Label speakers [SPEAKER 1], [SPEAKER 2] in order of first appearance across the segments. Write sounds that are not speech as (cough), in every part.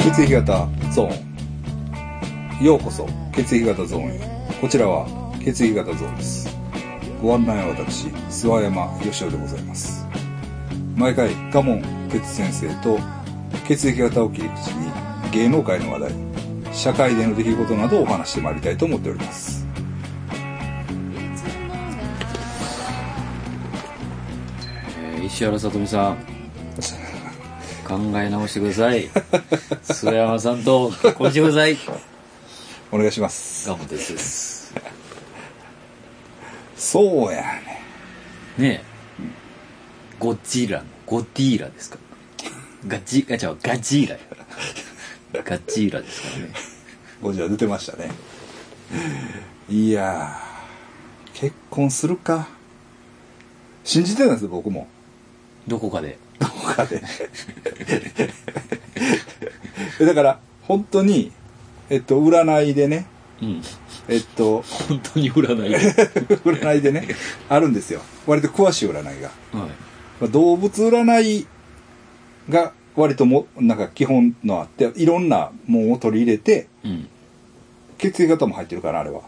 [SPEAKER 1] 血液型ゾーンようこそ血液型ゾーンへこちらは血液型ゾーンですご案内は私諏訪山義雄でございます毎回ガモン血先生と血液型を切り口に芸能界の話題社会での出来事などをお話してまいりたいと思っております
[SPEAKER 2] えー石原さとみさん考え直してください諏訪山さんと結婚してください
[SPEAKER 1] お願いします
[SPEAKER 2] ガモですです
[SPEAKER 1] そうやね
[SPEAKER 2] ねえゴジラのゴティーラですかガチガチャはガジーラやガジーラですからね
[SPEAKER 1] ゴジラ出てましたねいやー結婚するか信じてたんですよ僕も
[SPEAKER 2] どこかで
[SPEAKER 1] 他でだから本当にえっと占いでね
[SPEAKER 2] うん
[SPEAKER 1] えっと (laughs)
[SPEAKER 2] 本当に占いで、
[SPEAKER 1] 占いでねあるんですよ割と詳しい占いが、
[SPEAKER 2] はい、
[SPEAKER 1] まあ動物占いが割ともなんか基本のあっていろんなもんを取り入れて
[SPEAKER 2] うん
[SPEAKER 1] 血液型も入ってるからあれは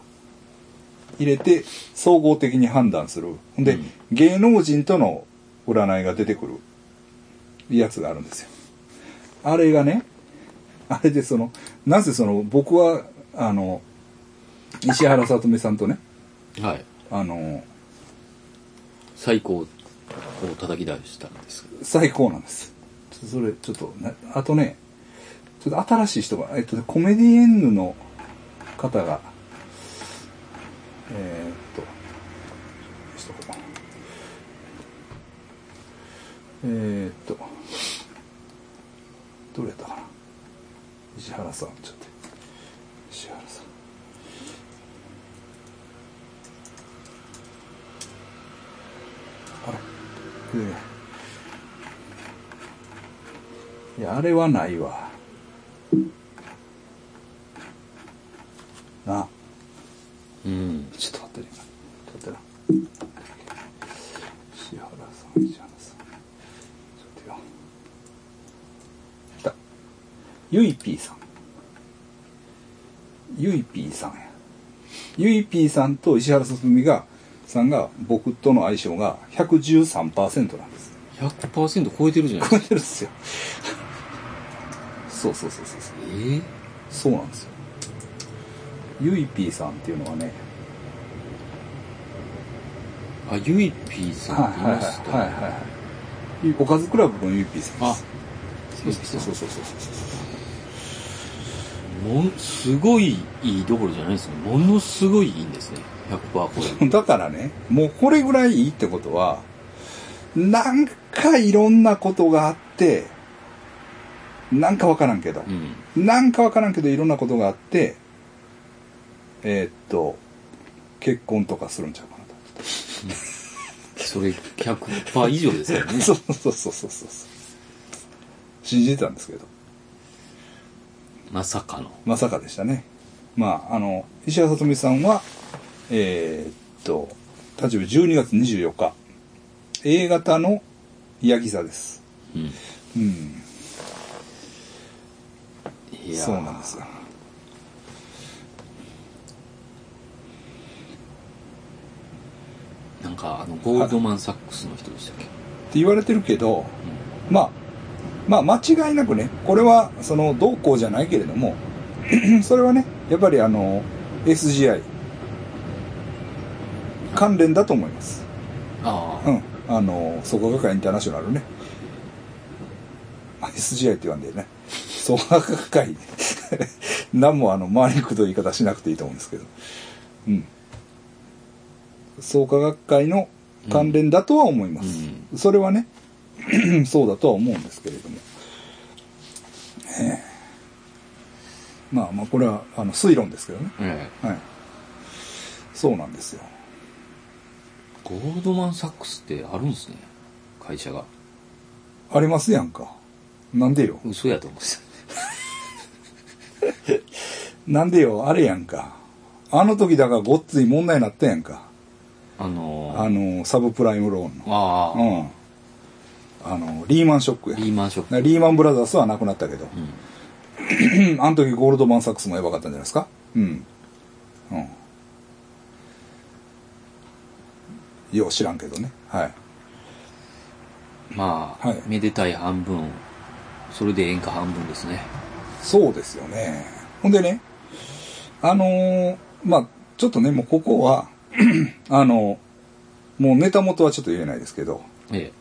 [SPEAKER 1] 入れて総合的に判断するほんで、
[SPEAKER 2] うん
[SPEAKER 1] 芸能人との占いが出てくるやつがあるんですよあれがねあれでそのなぜその僕はあの石原さとみさんとね
[SPEAKER 2] はい
[SPEAKER 1] あの
[SPEAKER 2] 最高を叩き出したんです
[SPEAKER 1] 最高なんですちょそれちょっとなあとねちょっと新しい人が、えっと、コメディエンヌの方がえーっとちょっとここえーっとどれやったかな石原さんちょっと待って石原さんあれ出てこないいや、あれはないわ。なあ、
[SPEAKER 2] うん
[SPEAKER 1] ちょっと待ってね。ちょっと待ってな。石原さん、石原さん。ちょっとよ。来た。ゆいぴーさん。ゆいぴーさんや。ゆいぴーさんと石原さとみが、さんが僕との相性が113%なんです。
[SPEAKER 2] 100%超えてるじゃない
[SPEAKER 1] 超
[SPEAKER 2] で
[SPEAKER 1] え
[SPEAKER 2] すか
[SPEAKER 1] てるっすよ。そうそうそうそうそう。
[SPEAKER 2] えー、
[SPEAKER 1] そうなんですよゆいぴーさんっていうのはね
[SPEAKER 2] あゆいぴーさんっていました、
[SPEAKER 1] はいはいはいはいおかずクラブのゆいぴーさんで
[SPEAKER 2] あ
[SPEAKER 1] す
[SPEAKER 2] そうそ
[SPEAKER 1] そ
[SPEAKER 2] うそう
[SPEAKER 1] うそうそうそう
[SPEAKER 2] もんすごいいいどころじゃないですねものすごいいいんですね100%超える
[SPEAKER 1] だからねもうこれぐらいいいってことはなんかいろんなことがあってなんかわからんけど
[SPEAKER 2] う、ん
[SPEAKER 1] なんかわからんけどいろんなことがあってえーっと結婚とかするんちゃうかなと
[SPEAKER 2] それ100%以上で
[SPEAKER 1] (laughs)
[SPEAKER 2] すからね (laughs)
[SPEAKER 1] そうそうそうそうそう信じてたんですけど
[SPEAKER 2] まさかの
[SPEAKER 1] まさかでしたね。まあ、あの、石原さとみさんは、えーっと、誕生日12月24日、A 型のヤギ座です。
[SPEAKER 2] うん
[SPEAKER 1] うん。
[SPEAKER 2] いやー
[SPEAKER 1] そうなんですよ。
[SPEAKER 2] なんかあのゴールドマン・サックスの人でしたっけ、
[SPEAKER 1] って言われてるけど、まあ、まあ、間違いなくね、これは、その、同校じゃないけれども、 (clears throat) それはね、やっぱりあの、SGI 関連だと思います。
[SPEAKER 2] ああ、
[SPEAKER 1] うん。あの、創価学会インターナショナルね。あ SGI って言わんでね。創価学会。 (laughs) 何もあの、回りくどい言い方しなくていいと思うんですけど。うん。創価学会の関連だとは思います。それはね、 (clears throat) そうだとは思うんですけれども。ええまあまあ、これは、あの、推論ですけどね。
[SPEAKER 2] ええ
[SPEAKER 1] はい。そうなんですよ。
[SPEAKER 2] ゴールドマン・サックスってあるんですね会社が
[SPEAKER 1] ありますやんか。なんでよ。
[SPEAKER 2] 嘘やと思って
[SPEAKER 1] なんでよ、あれやんか。あの時だからごっつい問題になったやんか。
[SPEAKER 2] たあのー、
[SPEAKER 1] あの、サブプライムローンの。
[SPEAKER 2] ああ、
[SPEAKER 1] うん。あの、リーマンショックや。
[SPEAKER 2] リーマンショック、
[SPEAKER 1] リーマンブラザーズはなくなったけど。
[SPEAKER 2] うん
[SPEAKER 1] あの時ゴールドマン・サックスもやばかったんじゃないですかうん。うん。よう知らんけどね。はい。
[SPEAKER 2] まあ、
[SPEAKER 1] はい
[SPEAKER 2] めでたい半分、それで演歌半分ですね。
[SPEAKER 1] そうですよね。ほんでね、あのーまあ、ちょっとね、もうここは、 (clears throat) あのもうネタ元はちょっと言えないですけど、
[SPEAKER 2] ええ。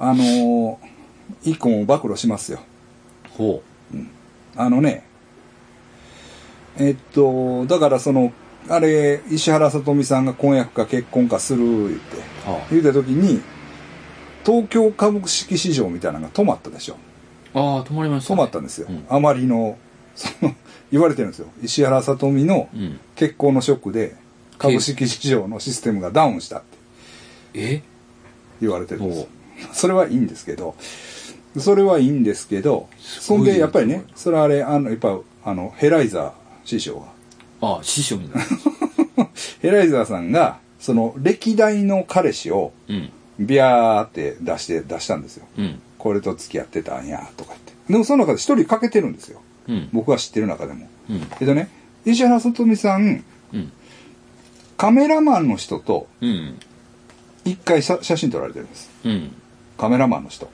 [SPEAKER 1] あのー一個も暴露しますよ。
[SPEAKER 2] ほ
[SPEAKER 1] あのね、えっと、だからその、あれ、石原さとみさんが婚約か結婚かする言って、
[SPEAKER 2] う。は
[SPEAKER 1] 言うた時に、東京株式市場みたいなのが止まったでしょ。
[SPEAKER 2] あ、ああ、止まりました、
[SPEAKER 1] 止
[SPEAKER 2] ね。
[SPEAKER 1] まったんですよ。
[SPEAKER 2] うん
[SPEAKER 1] あまりの、その、言われてるんですよ。石原さとみの
[SPEAKER 2] うん。
[SPEAKER 1] 結婚のショックで、株式市場のシステムがダウンしたって
[SPEAKER 2] え
[SPEAKER 1] 言われてるんですよ。それはいいんですけど、それはいいんですけど、そんでやっぱりね、それはあれ、あの、やっぱ、あの、ヘライザー師匠が、
[SPEAKER 2] ああ、師匠みたいな。
[SPEAKER 1] (laughs) ヘライザーさんが、その、歴代の彼氏を、
[SPEAKER 2] うん。
[SPEAKER 1] ビャーって出して、出したんですよ。
[SPEAKER 2] うん。
[SPEAKER 1] これと付き合ってたんや、とか言って。でもその中で一人欠けてるんですよ。
[SPEAKER 2] うん。
[SPEAKER 1] 僕が知ってる中でも。
[SPEAKER 2] うん。
[SPEAKER 1] えっとね、石原さとみさん、
[SPEAKER 2] うん。
[SPEAKER 1] カメラマンの人と
[SPEAKER 2] うん。
[SPEAKER 1] 一回さ写真撮られてるんです。
[SPEAKER 2] うん。
[SPEAKER 1] カメラマンの人。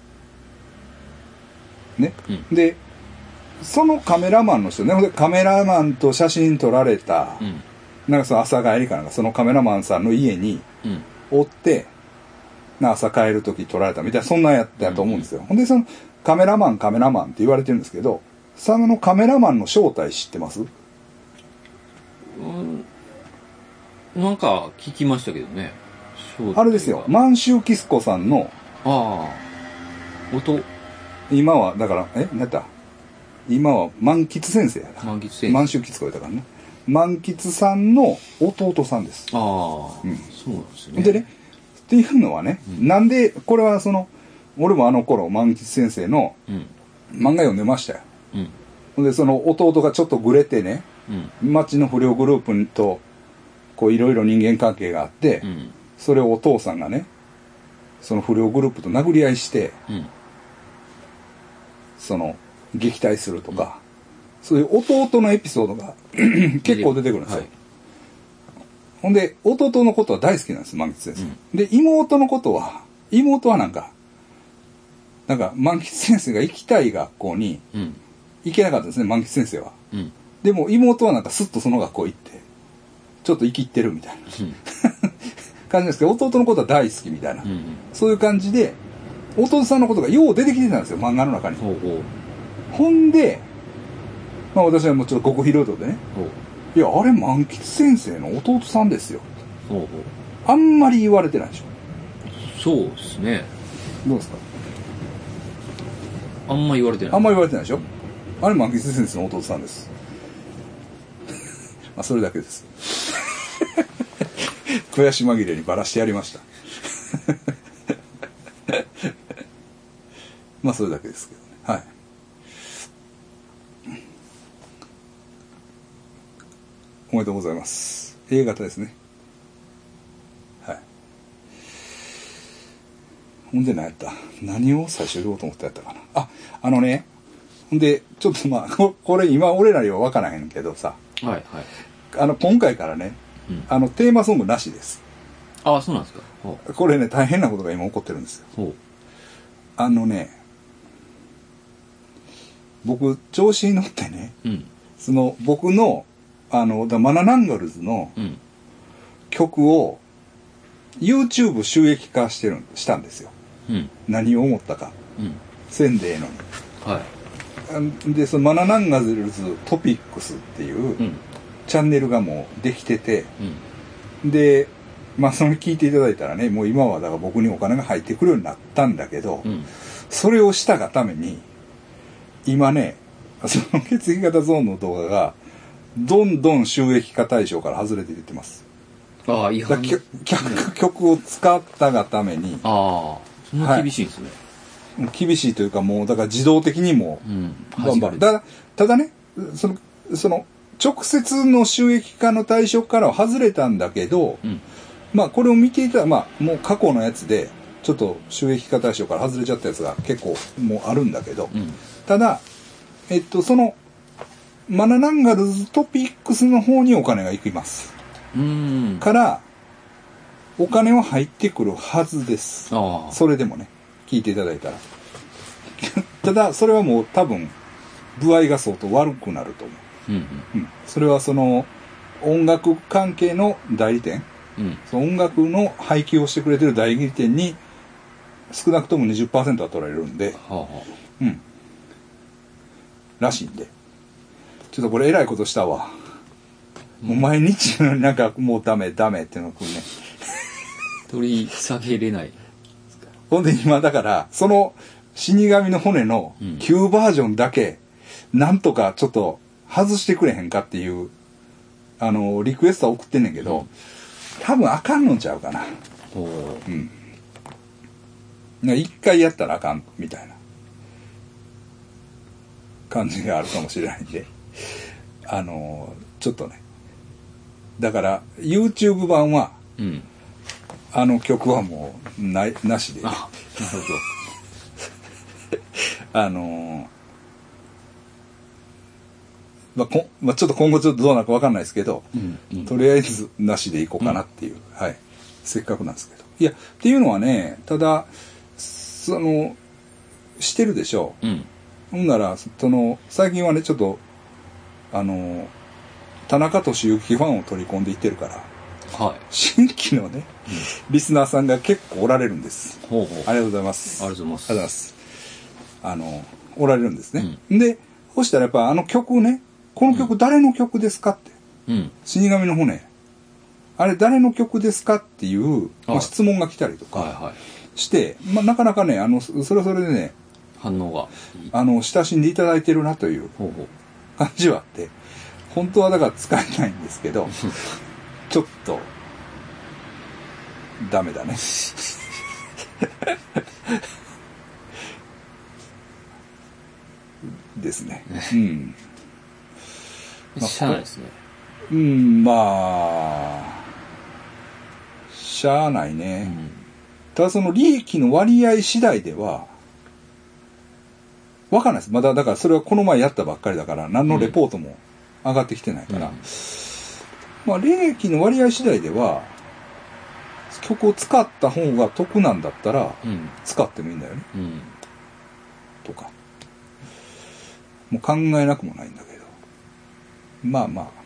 [SPEAKER 1] ね。
[SPEAKER 2] うん。
[SPEAKER 1] で、そのカメラマンの人ね、ほんでカメラマンと写真撮られた、
[SPEAKER 2] うん。
[SPEAKER 1] なんかその朝帰りかなんか、そのカメラマンさんの家に
[SPEAKER 2] うん。
[SPEAKER 1] 追って、な朝帰る時撮られたみたいな、そんなんやったと思うんですよ。ほんで、そのカメラマン、カメラマンって言われてるんですけど、そのカメラマンの正体知ってます
[SPEAKER 2] うんなんか聞きましたけどね。そう
[SPEAKER 1] あれですよ、満州キスコさんの
[SPEAKER 2] ああ。音、
[SPEAKER 1] 今は、だから、え、なんだ今は満喫先生やな。
[SPEAKER 2] 満喫先生。
[SPEAKER 1] 満州キスコやったからね。満喫さんの弟さんです。
[SPEAKER 2] ああ、
[SPEAKER 1] うん
[SPEAKER 2] そうなんですね。
[SPEAKER 1] でね、っていうのはね、
[SPEAKER 2] うん
[SPEAKER 1] なんで、これはその、俺もあの頃、満喫先生の
[SPEAKER 2] うん。
[SPEAKER 1] 漫画読んでましたよ。
[SPEAKER 2] うん。
[SPEAKER 1] ほんで、その弟がちょっとグレてね、
[SPEAKER 2] うん。
[SPEAKER 1] 町の不良グループと、こう、いろいろ人間関係があって、
[SPEAKER 2] うん。
[SPEAKER 1] それをお父さんがね、その不良グループと殴り合いして、
[SPEAKER 2] うん。
[SPEAKER 1] その撃退するとか、そういう弟のエピソードが (clears throat) 結構出てくるんですよ、
[SPEAKER 2] はい
[SPEAKER 1] ほんで弟のことは大好きなんです満吉先生、で妹のことは妹はなんかなんか満吉先生が行きたい学校に
[SPEAKER 2] うん。
[SPEAKER 1] 行けなかったんですね満吉先生は
[SPEAKER 2] うん。
[SPEAKER 1] でも妹はなんかスッとその学校行ってちょっと生きってるみたいな
[SPEAKER 2] うん。
[SPEAKER 1] 感じなんですけど弟のことは大好きみたいな、
[SPEAKER 2] うん。
[SPEAKER 1] そういう感じで弟さんのことがよう出てきてたんですよ漫画の中に
[SPEAKER 2] ほうほう。
[SPEAKER 1] ほんで、まあ私はもうちょっと極秘労働でね、
[SPEAKER 2] ほう。
[SPEAKER 1] いや、あれ満吉先生の弟さんですよ。
[SPEAKER 2] ほうほう。
[SPEAKER 1] あんまり言われてないでしょ。
[SPEAKER 2] そうですね。
[SPEAKER 1] どうですか
[SPEAKER 2] あんま言われてない。
[SPEAKER 1] あんまり言われてないでしょあれ満吉先生の弟さんです。 (laughs) まあそれだけです。 (laughs) 悔し紛れにバラしてやりました。 (laughs) まあそれだけですけどね。はい。おめでとうございます。A 型ですね。はい。ほんで何やった何を最初言おうと思ったやったかなあ、あのね。ほんで、ちょっとまあ、ここれ今俺らには分からへんけどさ、
[SPEAKER 2] はいはい。
[SPEAKER 1] あの、今回からね、
[SPEAKER 2] うん。
[SPEAKER 1] あの、テーマソングなしです。
[SPEAKER 2] ああ、そうなんですか。ほう。
[SPEAKER 1] これね、大変なことが今起こってるんですよ。
[SPEAKER 2] ほ
[SPEAKER 1] あのね、僕、調子に乗ってね、
[SPEAKER 2] う。うん。
[SPEAKER 1] その、僕の、あの、だマナナンガルズの
[SPEAKER 2] うん。
[SPEAKER 1] 曲を、YouTube 収益化してるん、したんですよ。
[SPEAKER 2] うん。
[SPEAKER 1] 何を思ったか。
[SPEAKER 2] うん。
[SPEAKER 1] せんでええの
[SPEAKER 2] は
[SPEAKER 1] に。で、そのマナナンガルズトピックスっていう、
[SPEAKER 2] い。うん。
[SPEAKER 1] チャンネルがもうできてて、
[SPEAKER 2] うん。
[SPEAKER 1] で、まあそれ聞いていただいたらね、もう今はだから僕にお金が入ってくるようになったんだけど、
[SPEAKER 2] うん。
[SPEAKER 1] それをしたがために、今ね、その血液型ゾーンの動画が、どんどん収益化対象から外れていってます。
[SPEAKER 2] ああ、違
[SPEAKER 1] だから
[SPEAKER 2] 反。
[SPEAKER 1] きょ曲曲を使ったがために、
[SPEAKER 2] ああ、そんな厳しいんですね。
[SPEAKER 1] 厳しいというかもう、だから自動的にも
[SPEAKER 2] うん。
[SPEAKER 1] う、バンバン。だただね、その、その、直接の収益化の対象からは外れたんだけど、
[SPEAKER 2] うん。
[SPEAKER 1] まあこれを見ていたら、まあもう過去のやつで、ちょっと収益化対象から外れちゃったやつが結構もうあるんだけど、
[SPEAKER 2] うん。
[SPEAKER 1] ただ、えっと、そのマナナンガルズトピックスの方にお金が行きます。
[SPEAKER 2] うん。あ
[SPEAKER 1] から、お金は入ってくるはずです。
[SPEAKER 2] あ。
[SPEAKER 1] それでもね、聞いていただいたら。 (laughs) ただ、それはもう多分、具合が相当悪くなると思
[SPEAKER 2] うんうん。
[SPEAKER 1] う。うん。それはその、音楽関係の代理店、
[SPEAKER 2] うん。
[SPEAKER 1] その音楽の配給をしてくれてる代理店に、少なくとも20%は取られるんで、
[SPEAKER 2] はあ、は
[SPEAKER 1] うん。らしいんで。ちょっとこれ偉いことしたわ。もう毎日のようになんかもうダメダメっていうのが来るね。
[SPEAKER 2] あ。取り下げれない。
[SPEAKER 1] ほんで今だから、その死神の骨の
[SPEAKER 2] うん
[SPEAKER 1] 旧バージョンだけ、なんとかちょっと外してくれへんかっていう、あの、リクエストは送ってんねんけど、多分あかんのちゃうかな。
[SPEAKER 2] ほう。
[SPEAKER 1] な一回やったらあかん、みたいな、感じがあるかもしれないんで、あのーちょっとね。だから、YouTube 版は、
[SPEAKER 2] うん。
[SPEAKER 1] あの曲はもう、ない、なし
[SPEAKER 2] (laughs)
[SPEAKER 1] で、あ
[SPEAKER 2] あ、なるほど。
[SPEAKER 1] のーまあ、こんまあ、ちょっと今後ちょっとどうなるかわかんないですけど、
[SPEAKER 2] うん。うん
[SPEAKER 1] とりあえずなしでいこうかなっていう、はいせっかくなんですけどいやっていうのはねただそのしてるでしょ
[SPEAKER 2] うん。
[SPEAKER 1] うほんならその最近はねちょっとあの田中俊之ファンを取り込んでいってるから
[SPEAKER 2] は
[SPEAKER 1] 新規のね、リスナーさんが結構おられるんです
[SPEAKER 2] い。ほうほう。
[SPEAKER 1] ありがとうございます
[SPEAKER 2] ありがとうございます
[SPEAKER 1] ありがとうございますあのおられるんですね、でそしたらやっぱあの曲ねこの曲誰の曲ですかって、
[SPEAKER 2] うん。
[SPEAKER 1] 死神の骨あれ誰の曲ですかっていう、ま
[SPEAKER 2] は
[SPEAKER 1] あ、
[SPEAKER 2] い
[SPEAKER 1] 質問が来たりと
[SPEAKER 2] はい
[SPEAKER 1] か
[SPEAKER 2] はい。
[SPEAKER 1] して、まあ、なかなかねあのそそれはそれでね
[SPEAKER 2] 反応がいい。
[SPEAKER 1] あの親しんでいただいてるなという
[SPEAKER 2] ほうほう。
[SPEAKER 1] 感じはあって本当はだから使えないんですけどちょっとダメだねですねうんまあ
[SPEAKER 2] しゃあないですね。
[SPEAKER 1] うんまあしゃあないね、
[SPEAKER 2] うん。
[SPEAKER 1] ただその利益の割合次第では、わかんないです。まだ、だからそれはこの前やったばっかりだから、何のレポートも上がってきてないから、まあ利益の割合次第では、曲を使った方が得なんだったら、
[SPEAKER 2] うん。
[SPEAKER 1] 使ってもいいんだよね、
[SPEAKER 2] うん。
[SPEAKER 1] とか。もう考えなくもないんだけど。まあまあ。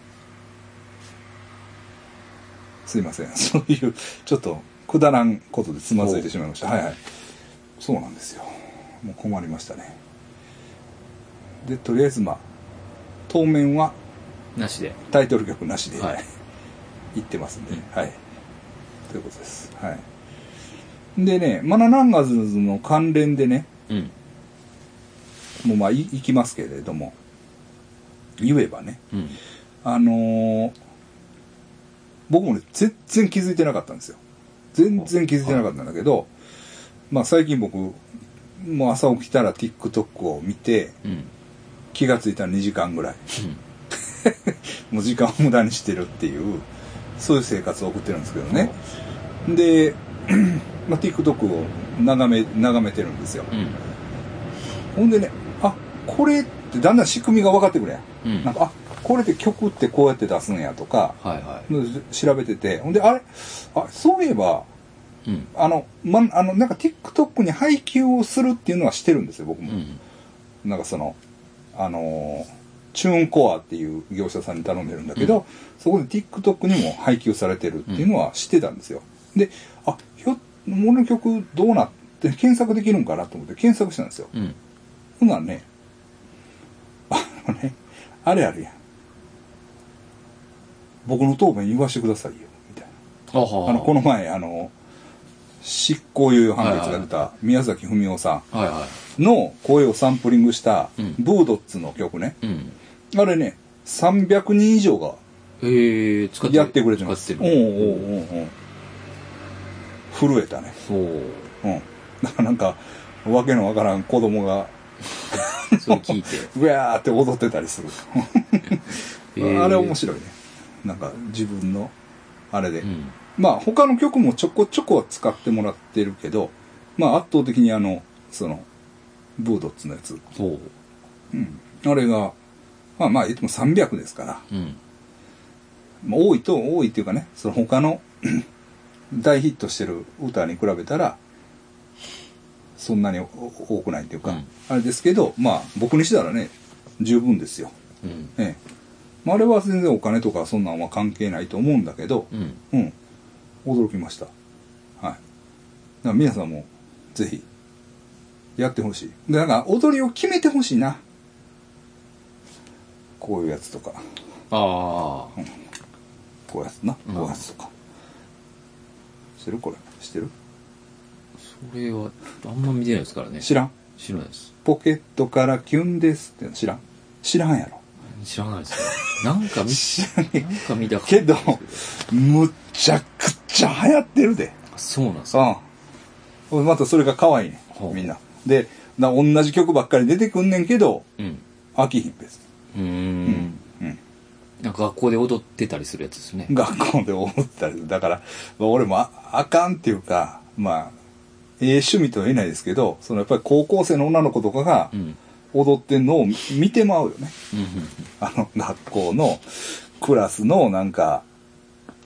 [SPEAKER 1] すいません。 (laughs) そういう、ちょっと、くだらんことでつまずいてしまいました。はいはい。そうなんですよ。もう困りましたね。で、とりあえずまあ、当面は
[SPEAKER 2] なしで。
[SPEAKER 1] タイトル曲なしで、
[SPEAKER 2] はい
[SPEAKER 1] 言ってますんで、はい。ということです。はい。でね、マナナンガズの関連でね、
[SPEAKER 2] うん。
[SPEAKER 1] もうまあい行きますけれども言えばね
[SPEAKER 2] うん。
[SPEAKER 1] あのー僕もね全然気づいてなかったんですよ全然気づいてなかったんだけど、まあ最近僕もう朝起きたら TikTok を見て
[SPEAKER 2] うん。
[SPEAKER 1] 気がついたら2時間ぐらいもう時間を無駄にしてるっていうそういう生活を送ってるんですけどねで、 (clears throat) まあ、TikTok を眺め眺めてるんですよ
[SPEAKER 2] うん。
[SPEAKER 1] ほんでねあこれってだんだん仕組みが分かってくるやん
[SPEAKER 2] うん。
[SPEAKER 1] なんか、あ、これって曲ってこうやって出すんやとか、
[SPEAKER 2] はいは
[SPEAKER 1] 調べてて、ほんで、あれ、あ、そういえば、
[SPEAKER 2] い。うん。
[SPEAKER 1] あの、ま、あの、なんか TikTok に配給をするっていうのはしてるんですよ、僕
[SPEAKER 2] う
[SPEAKER 1] も。
[SPEAKER 2] ん。
[SPEAKER 1] なんかその、あのーチューンコアっていう業者さんに頼んでるんだけど、そこで TikTok にも配給されてるっていうのは知ってたんですよ。で、あ、ひょ、俺の曲どうなって検索できるんかなと思って検索したんですよ。
[SPEAKER 2] うん。
[SPEAKER 1] ほんなんね、あのね、あれあるやん。僕の答弁言わしてくださいよ、みたい
[SPEAKER 2] あは
[SPEAKER 1] な。あの、この前、あの、執行猶予判決が出た宮崎文夫さ
[SPEAKER 2] はいは
[SPEAKER 1] んの声をサンプリングした
[SPEAKER 2] うん
[SPEAKER 1] ブードッツの曲ね。
[SPEAKER 2] い。うん。
[SPEAKER 1] あれね、300人以上が
[SPEAKER 2] ええ、使って
[SPEAKER 1] やってくれてます。
[SPEAKER 2] 使っ
[SPEAKER 1] おう
[SPEAKER 2] てる。
[SPEAKER 1] おうおうおう震えたね。
[SPEAKER 2] そう。
[SPEAKER 1] うん。だからなんか、わけのわからん子供が、
[SPEAKER 2] それ聞いて。
[SPEAKER 1] うわーって踊ってたりする。 (laughs) あれ面
[SPEAKER 2] い。
[SPEAKER 1] 白いね。なんか自分の、あれで。
[SPEAKER 2] うん。
[SPEAKER 1] まあ他の曲もちょこちょこは使ってもらってるけど、まあ圧倒的にあの、その、ブードッツのやつ。
[SPEAKER 2] そう。
[SPEAKER 1] うん。あれがまあまあ言っても300ですから、
[SPEAKER 2] うん。
[SPEAKER 1] まあ、多いと多いっていうかねその他の大ヒットしてる歌に比べたらそんなにお多くないっていうか、
[SPEAKER 2] うん
[SPEAKER 1] あれですけどまあ僕にしたらね十分ですよ、
[SPEAKER 2] うん。
[SPEAKER 1] ええまあ、あれは全然お金とかそんなんは関係ないと思うんだけど
[SPEAKER 2] うん。
[SPEAKER 1] うん、驚きましたはいだから皆さんもぜひやってほしいでなんか踊りを決めてほしいなこういうやつとか
[SPEAKER 2] ああ。
[SPEAKER 1] こういうやつな、
[SPEAKER 2] うん
[SPEAKER 1] こういうやつとかしてるこれしてる
[SPEAKER 2] それは、あんま見てないですからね。
[SPEAKER 1] 知らん
[SPEAKER 2] 知らないです。
[SPEAKER 1] ポケットからキュンですって知らん知らんやろ (laughs)
[SPEAKER 2] 知らないですね。なんか見、
[SPEAKER 1] 知らね
[SPEAKER 2] なんか見たか
[SPEAKER 1] けどむちゃくちゃ流行ってるで
[SPEAKER 2] あそうなんですか。
[SPEAKER 1] うんまたそれが可愛いね
[SPEAKER 2] ほう
[SPEAKER 1] みんなでな同じ曲ばっかり出てくんねんけど
[SPEAKER 2] うん。
[SPEAKER 1] 飽きひん別 (laughs)
[SPEAKER 2] うーん。
[SPEAKER 1] に、うん
[SPEAKER 2] なんか学校で踊ってたりするやつですね。
[SPEAKER 1] 学校で思ったりだから、まあ俺もああかんっていうかまあええ趣味とは言えないですけどそのやっぱり高校生の女の子とかが
[SPEAKER 2] うん。うん
[SPEAKER 1] 踊ってんのを見見てまうよね
[SPEAKER 2] うんうん。
[SPEAKER 1] あの学校のクラスのなんか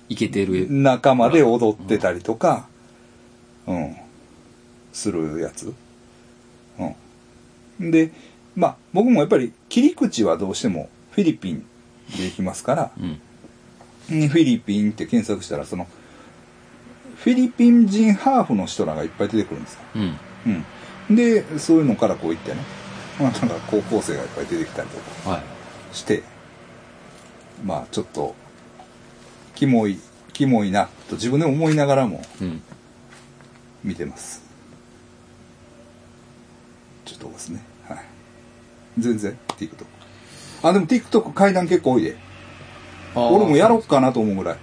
[SPEAKER 2] いけてる。
[SPEAKER 1] 仲間で踊ってたりとか、うん、するやつ。うん。で、まあ、僕もやっぱり切り口はどうしてもフィリピンで行きますから、
[SPEAKER 2] うん。
[SPEAKER 1] うんフィリピンって検索したら、その、フィリピン人ハーフの人らがいっぱい出てくるんですよ。
[SPEAKER 2] うん。
[SPEAKER 1] うん。で、そういうのからこう行ってね、まあ、なんか高校生がいっぱい出てきたりとか
[SPEAKER 2] はい。
[SPEAKER 1] して、まあ、ちょっと、キモい、キモいな、と自分でも思いながらも、
[SPEAKER 2] うん。
[SPEAKER 1] 見てますちょっとですねはい全然 TikTok あでも TikTok 階段結構多いで
[SPEAKER 2] あー
[SPEAKER 1] 俺もやろっかなと思うぐらい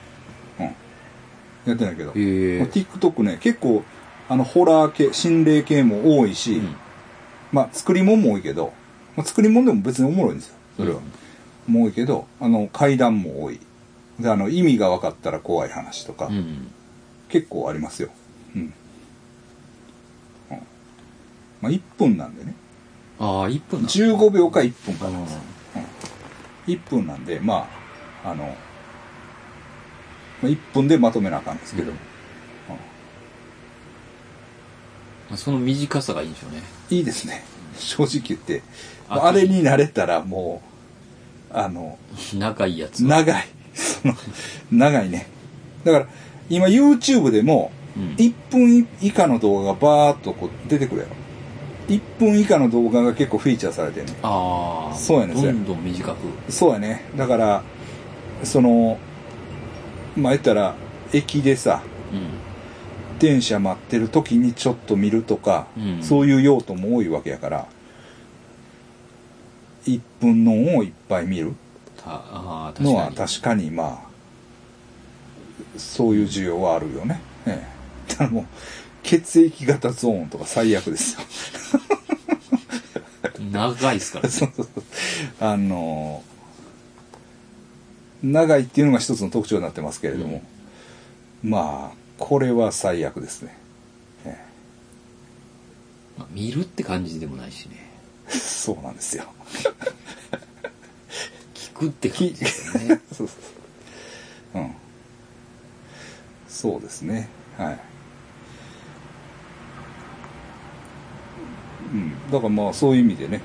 [SPEAKER 1] うんやってないけど、
[SPEAKER 2] へえ
[SPEAKER 1] もう TikTok ね結構あのホラー系心霊系も多いし、
[SPEAKER 2] うん
[SPEAKER 1] まあ作り物も多いけど、まあ、作り物でも別におもろいんですよそれは、もう多いけどあの階段も多いであの意味が分かったら怖い話とか、
[SPEAKER 2] うん。
[SPEAKER 1] 結構ありますよ。うん。うん、まあ、1分なんでね。
[SPEAKER 2] ああ、1分な。
[SPEAKER 1] 15秒か1分か
[SPEAKER 2] あ
[SPEAKER 1] な
[SPEAKER 2] の
[SPEAKER 1] 1分なんで、まあ、あの、まあ、1分でまとめなあかんですけど、
[SPEAKER 2] うんまあその短さがいいんでしょうね。 (laughs)
[SPEAKER 1] いいですね。 (laughs) 正直言って。
[SPEAKER 2] あ
[SPEAKER 1] あれに慣れたらもう、あの、
[SPEAKER 2] 長いやつは。
[SPEAKER 1] 長い。その、長いね。だから、今 YouTube でも、
[SPEAKER 2] うん
[SPEAKER 1] 1分以下の動画がバーっとこう出てくるやろ。1分以下の動画が結構フィーチャーされてるねん。
[SPEAKER 2] ああ。
[SPEAKER 1] そうやね
[SPEAKER 2] どんどん短く。
[SPEAKER 1] そうやね。だから、その、まあ、言ったら、駅でさ、
[SPEAKER 2] うん。
[SPEAKER 1] 電車待ってる時にちょっと見るとか、
[SPEAKER 2] うん
[SPEAKER 1] そういう用途も多いわけやから、1分のをいっぱい見る
[SPEAKER 2] たああ、確かに。
[SPEAKER 1] のは確かに、まあ、そういう需要はあるよね。ええ。だからもう、血液型ゾーンとか最悪ですよ。
[SPEAKER 2] 長いですからね。 (laughs)
[SPEAKER 1] そうそうそうあの長いっていうのが一つの特徴になってますけれども、まあこれは最悪ですね、 (laughs) え
[SPEAKER 2] まあ見るって感じでもないしね。
[SPEAKER 1] えそうなんですよ (laughs)
[SPEAKER 2] 聞くって感じですよね。
[SPEAKER 1] そうそうそううんそうですねはいうんだからまあそういう意味でね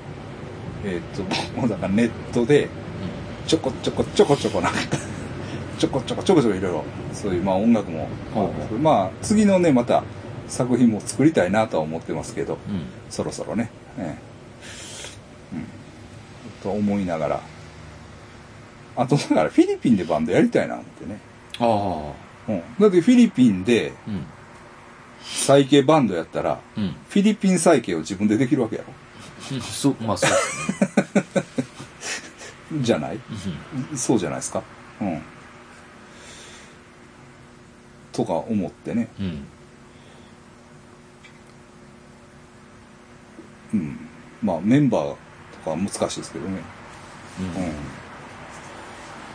[SPEAKER 1] えーっと (laughs) もうだからネットでちょこちょこちょこちょこなんかちょこちょこちょこちょこいろいろそういうまあ音楽も、
[SPEAKER 2] はい
[SPEAKER 1] まあ次のねまた作品も作りたいなとは思ってますけど
[SPEAKER 2] うん。うん。
[SPEAKER 1] そろそろね、ええうん、と思いながらあとだからフィリピンでバンドやりたいなってね、
[SPEAKER 2] あ
[SPEAKER 1] うん、だってフィリピンで
[SPEAKER 2] あ。うん。
[SPEAKER 1] 再建バンドやったら
[SPEAKER 2] うん。
[SPEAKER 1] フィリピン再建を自分でできるわけや
[SPEAKER 2] うん (laughs) そう、まあそうですね。
[SPEAKER 1] ろじゃない
[SPEAKER 2] うん
[SPEAKER 1] そうじゃないですかうんとか思ってね
[SPEAKER 2] うん。
[SPEAKER 1] うん、まあメンバーとかは難しいですけどね、
[SPEAKER 2] うん。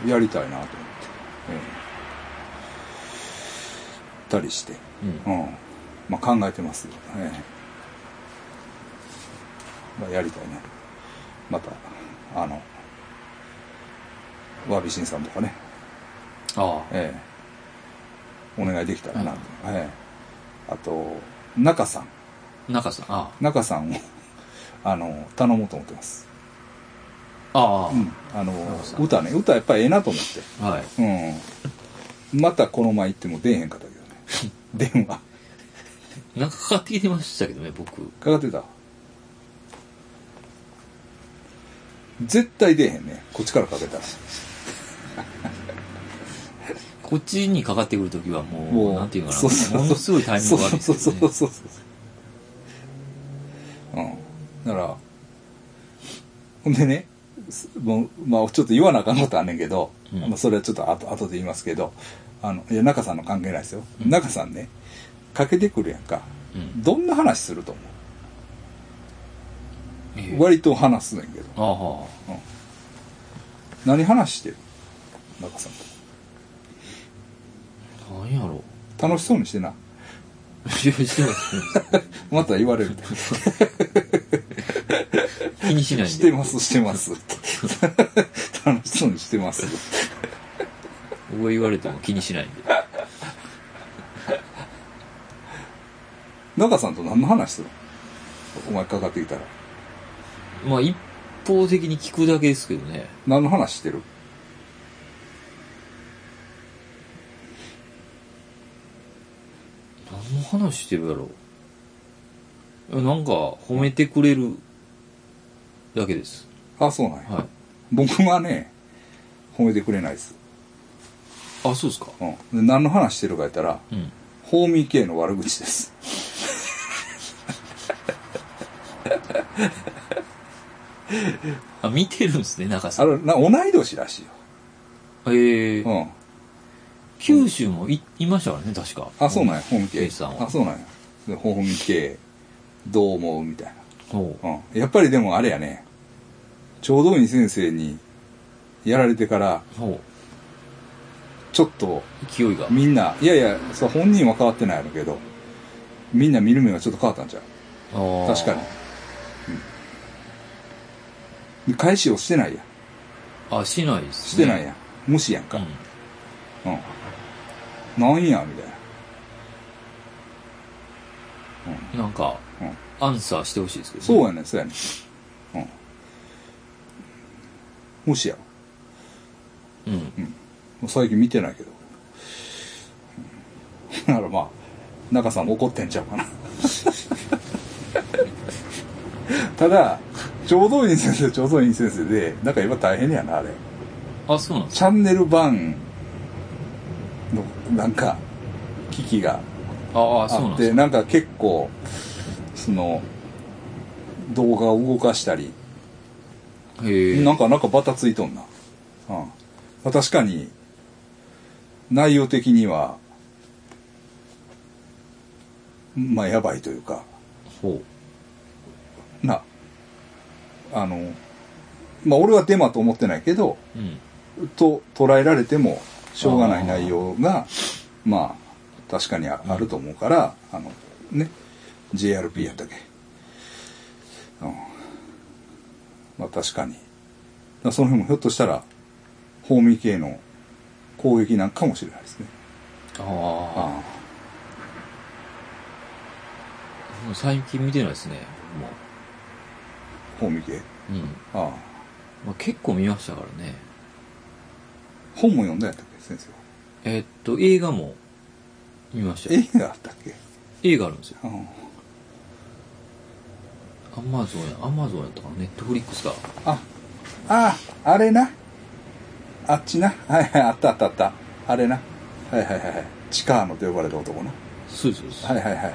[SPEAKER 1] うん、やりたいなと思って、ええたりして、
[SPEAKER 2] うん
[SPEAKER 1] う。ん、まあ考えてます、ええまあ、やりたいなまたあの和美新さんとかね、
[SPEAKER 2] ああ。
[SPEAKER 1] ええお願いできたらなと、ええあと中さん
[SPEAKER 2] 中さん、あ
[SPEAKER 1] 中さんをあの頼もうと思ってます、
[SPEAKER 2] あ。ああ。
[SPEAKER 1] うん、あの
[SPEAKER 2] 中さん
[SPEAKER 1] 歌ね歌やっぱりええなと思って
[SPEAKER 2] はい。
[SPEAKER 1] うんまたこの前行っても出えへんかったけどね電話
[SPEAKER 2] なんかかかってきてましたけどね、僕。
[SPEAKER 1] かかってた絶対出えへんねこっちからかけたら
[SPEAKER 2] こっちにかかってくるときはもう、なんていうのか
[SPEAKER 1] そうそうそう
[SPEAKER 2] な。ものすごいタイミングが悪いです
[SPEAKER 1] そう
[SPEAKER 2] よ
[SPEAKER 1] そうそう
[SPEAKER 2] ね。
[SPEAKER 1] そうそううんだからほんでねすもうまあちょっと言わなあかんことあんねんけど、
[SPEAKER 2] うん
[SPEAKER 1] まあ、それはちょっと後後で言いますけどあのいや中さんの関係ないですよ、
[SPEAKER 2] うん
[SPEAKER 1] 中さんねかけてくるやんか
[SPEAKER 2] うん。
[SPEAKER 1] どんな話すると思
[SPEAKER 2] え
[SPEAKER 1] う
[SPEAKER 2] え
[SPEAKER 1] 割と話すねんけど
[SPEAKER 2] ああ。
[SPEAKER 1] 何話してる中さん
[SPEAKER 2] なんやろ
[SPEAKER 1] と楽しそうにしてな
[SPEAKER 2] う。いやしてないしてない
[SPEAKER 1] また言われ
[SPEAKER 2] (laughs)
[SPEAKER 1] る
[SPEAKER 2] 気にしないんで。
[SPEAKER 1] してますして (laughs) ます楽しそうにしてます
[SPEAKER 2] 僕が言われても気にしないんで。
[SPEAKER 1] 中さんと何の話するのお前かかってきたら
[SPEAKER 2] まあ、一方的に聞くだけですけどね。
[SPEAKER 1] 何の話してる
[SPEAKER 2] 何の話してるやろう。なんか、褒めてくれるだけです。
[SPEAKER 1] あそうなんや、
[SPEAKER 2] はい。
[SPEAKER 1] 僕はね褒めてくれないです、
[SPEAKER 2] あ、そうですか。
[SPEAKER 1] うん、で何の話してるか言ったら
[SPEAKER 2] うん。
[SPEAKER 1] 法民系の悪口です
[SPEAKER 2] あ、見てるんですね、中さ
[SPEAKER 1] あ
[SPEAKER 2] ん。
[SPEAKER 1] れな同い年らしいよ、
[SPEAKER 2] ええ
[SPEAKER 1] うん、
[SPEAKER 2] 九州もい、いましたからね、確か。
[SPEAKER 1] あそうなんや法民
[SPEAKER 2] ケ
[SPEAKER 1] 系
[SPEAKER 2] イさんは
[SPEAKER 1] あそうなんやで法民系どう思うみたいな
[SPEAKER 2] ほう。
[SPEAKER 1] うん、やっぱりでもあれやねちょうどいい先生にやられてから
[SPEAKER 2] ほ
[SPEAKER 1] ちょっと
[SPEAKER 2] う。勢いが。
[SPEAKER 1] みんないやいやそう本人は変わってないやろうけどみんな見る目がちょっと変わったんちゃう
[SPEAKER 2] ああ
[SPEAKER 1] 確かに、うん、で返しをしてないやん
[SPEAKER 2] あ、しないです、
[SPEAKER 1] し
[SPEAKER 2] ね。
[SPEAKER 1] てないやん、無視やんか、
[SPEAKER 2] うん。
[SPEAKER 1] うん、なんやみたいな
[SPEAKER 2] なんか、
[SPEAKER 1] うん
[SPEAKER 2] アンサーしてほしいですけど、
[SPEAKER 1] そうやねそうやねうん無視やろ
[SPEAKER 2] う。うん。
[SPEAKER 1] もう最近見てないけど。うんだからまあ、中さんも怒ってんちゃうかな。ただ、ちょうどいい先生、ちょうどいい先生で、なんか今大変やな、あれ。
[SPEAKER 2] あ、そうなんです
[SPEAKER 1] チャンネル版の、なんか、機器が
[SPEAKER 2] か。ああ、そう
[SPEAKER 1] あ
[SPEAKER 2] なん
[SPEAKER 1] っ
[SPEAKER 2] で
[SPEAKER 1] て、
[SPEAKER 2] すか。
[SPEAKER 1] なんか結構、その、動画を動かしたり、
[SPEAKER 2] へえ。
[SPEAKER 1] なんか、なんかバタついとんな。うん。まあ確かに、内容的には、まあ、やばいというか、
[SPEAKER 2] ほ
[SPEAKER 1] な、あの、まあ、俺はデマと思ってないけど、
[SPEAKER 2] う。うん。
[SPEAKER 1] と捉えられても、しょうがな
[SPEAKER 2] あ
[SPEAKER 1] い
[SPEAKER 2] ー
[SPEAKER 1] 内容が、まあ、確かにああると思うから、あの、ね、JRP やったっけ。うん。まあ、確かに。だからその辺もひょっとしたら、法民系の攻撃なんかもしれないですね。
[SPEAKER 2] あ
[SPEAKER 1] あ
[SPEAKER 2] あ。もう最近見てないですね。も
[SPEAKER 1] あ、法民系。
[SPEAKER 2] う。うん。
[SPEAKER 1] ああ。
[SPEAKER 2] まあ、結構見ましたからね。
[SPEAKER 1] 本も読んだやったっけ、先生は。
[SPEAKER 2] えっと、映画も見ましたよ。
[SPEAKER 1] 映画あったっけ。
[SPEAKER 2] 映画あるんですよ。
[SPEAKER 1] うん。
[SPEAKER 2] アマゾンや、アマゾンやったかな、ネットフリックスか。
[SPEAKER 1] あ、ああ、あれな。あっちな。はいはい、あったあったあった。あれな。はいはいはいはい。チカーノと呼ばれた男な。
[SPEAKER 2] そうです、そうです。
[SPEAKER 1] はいはいはいはいはい。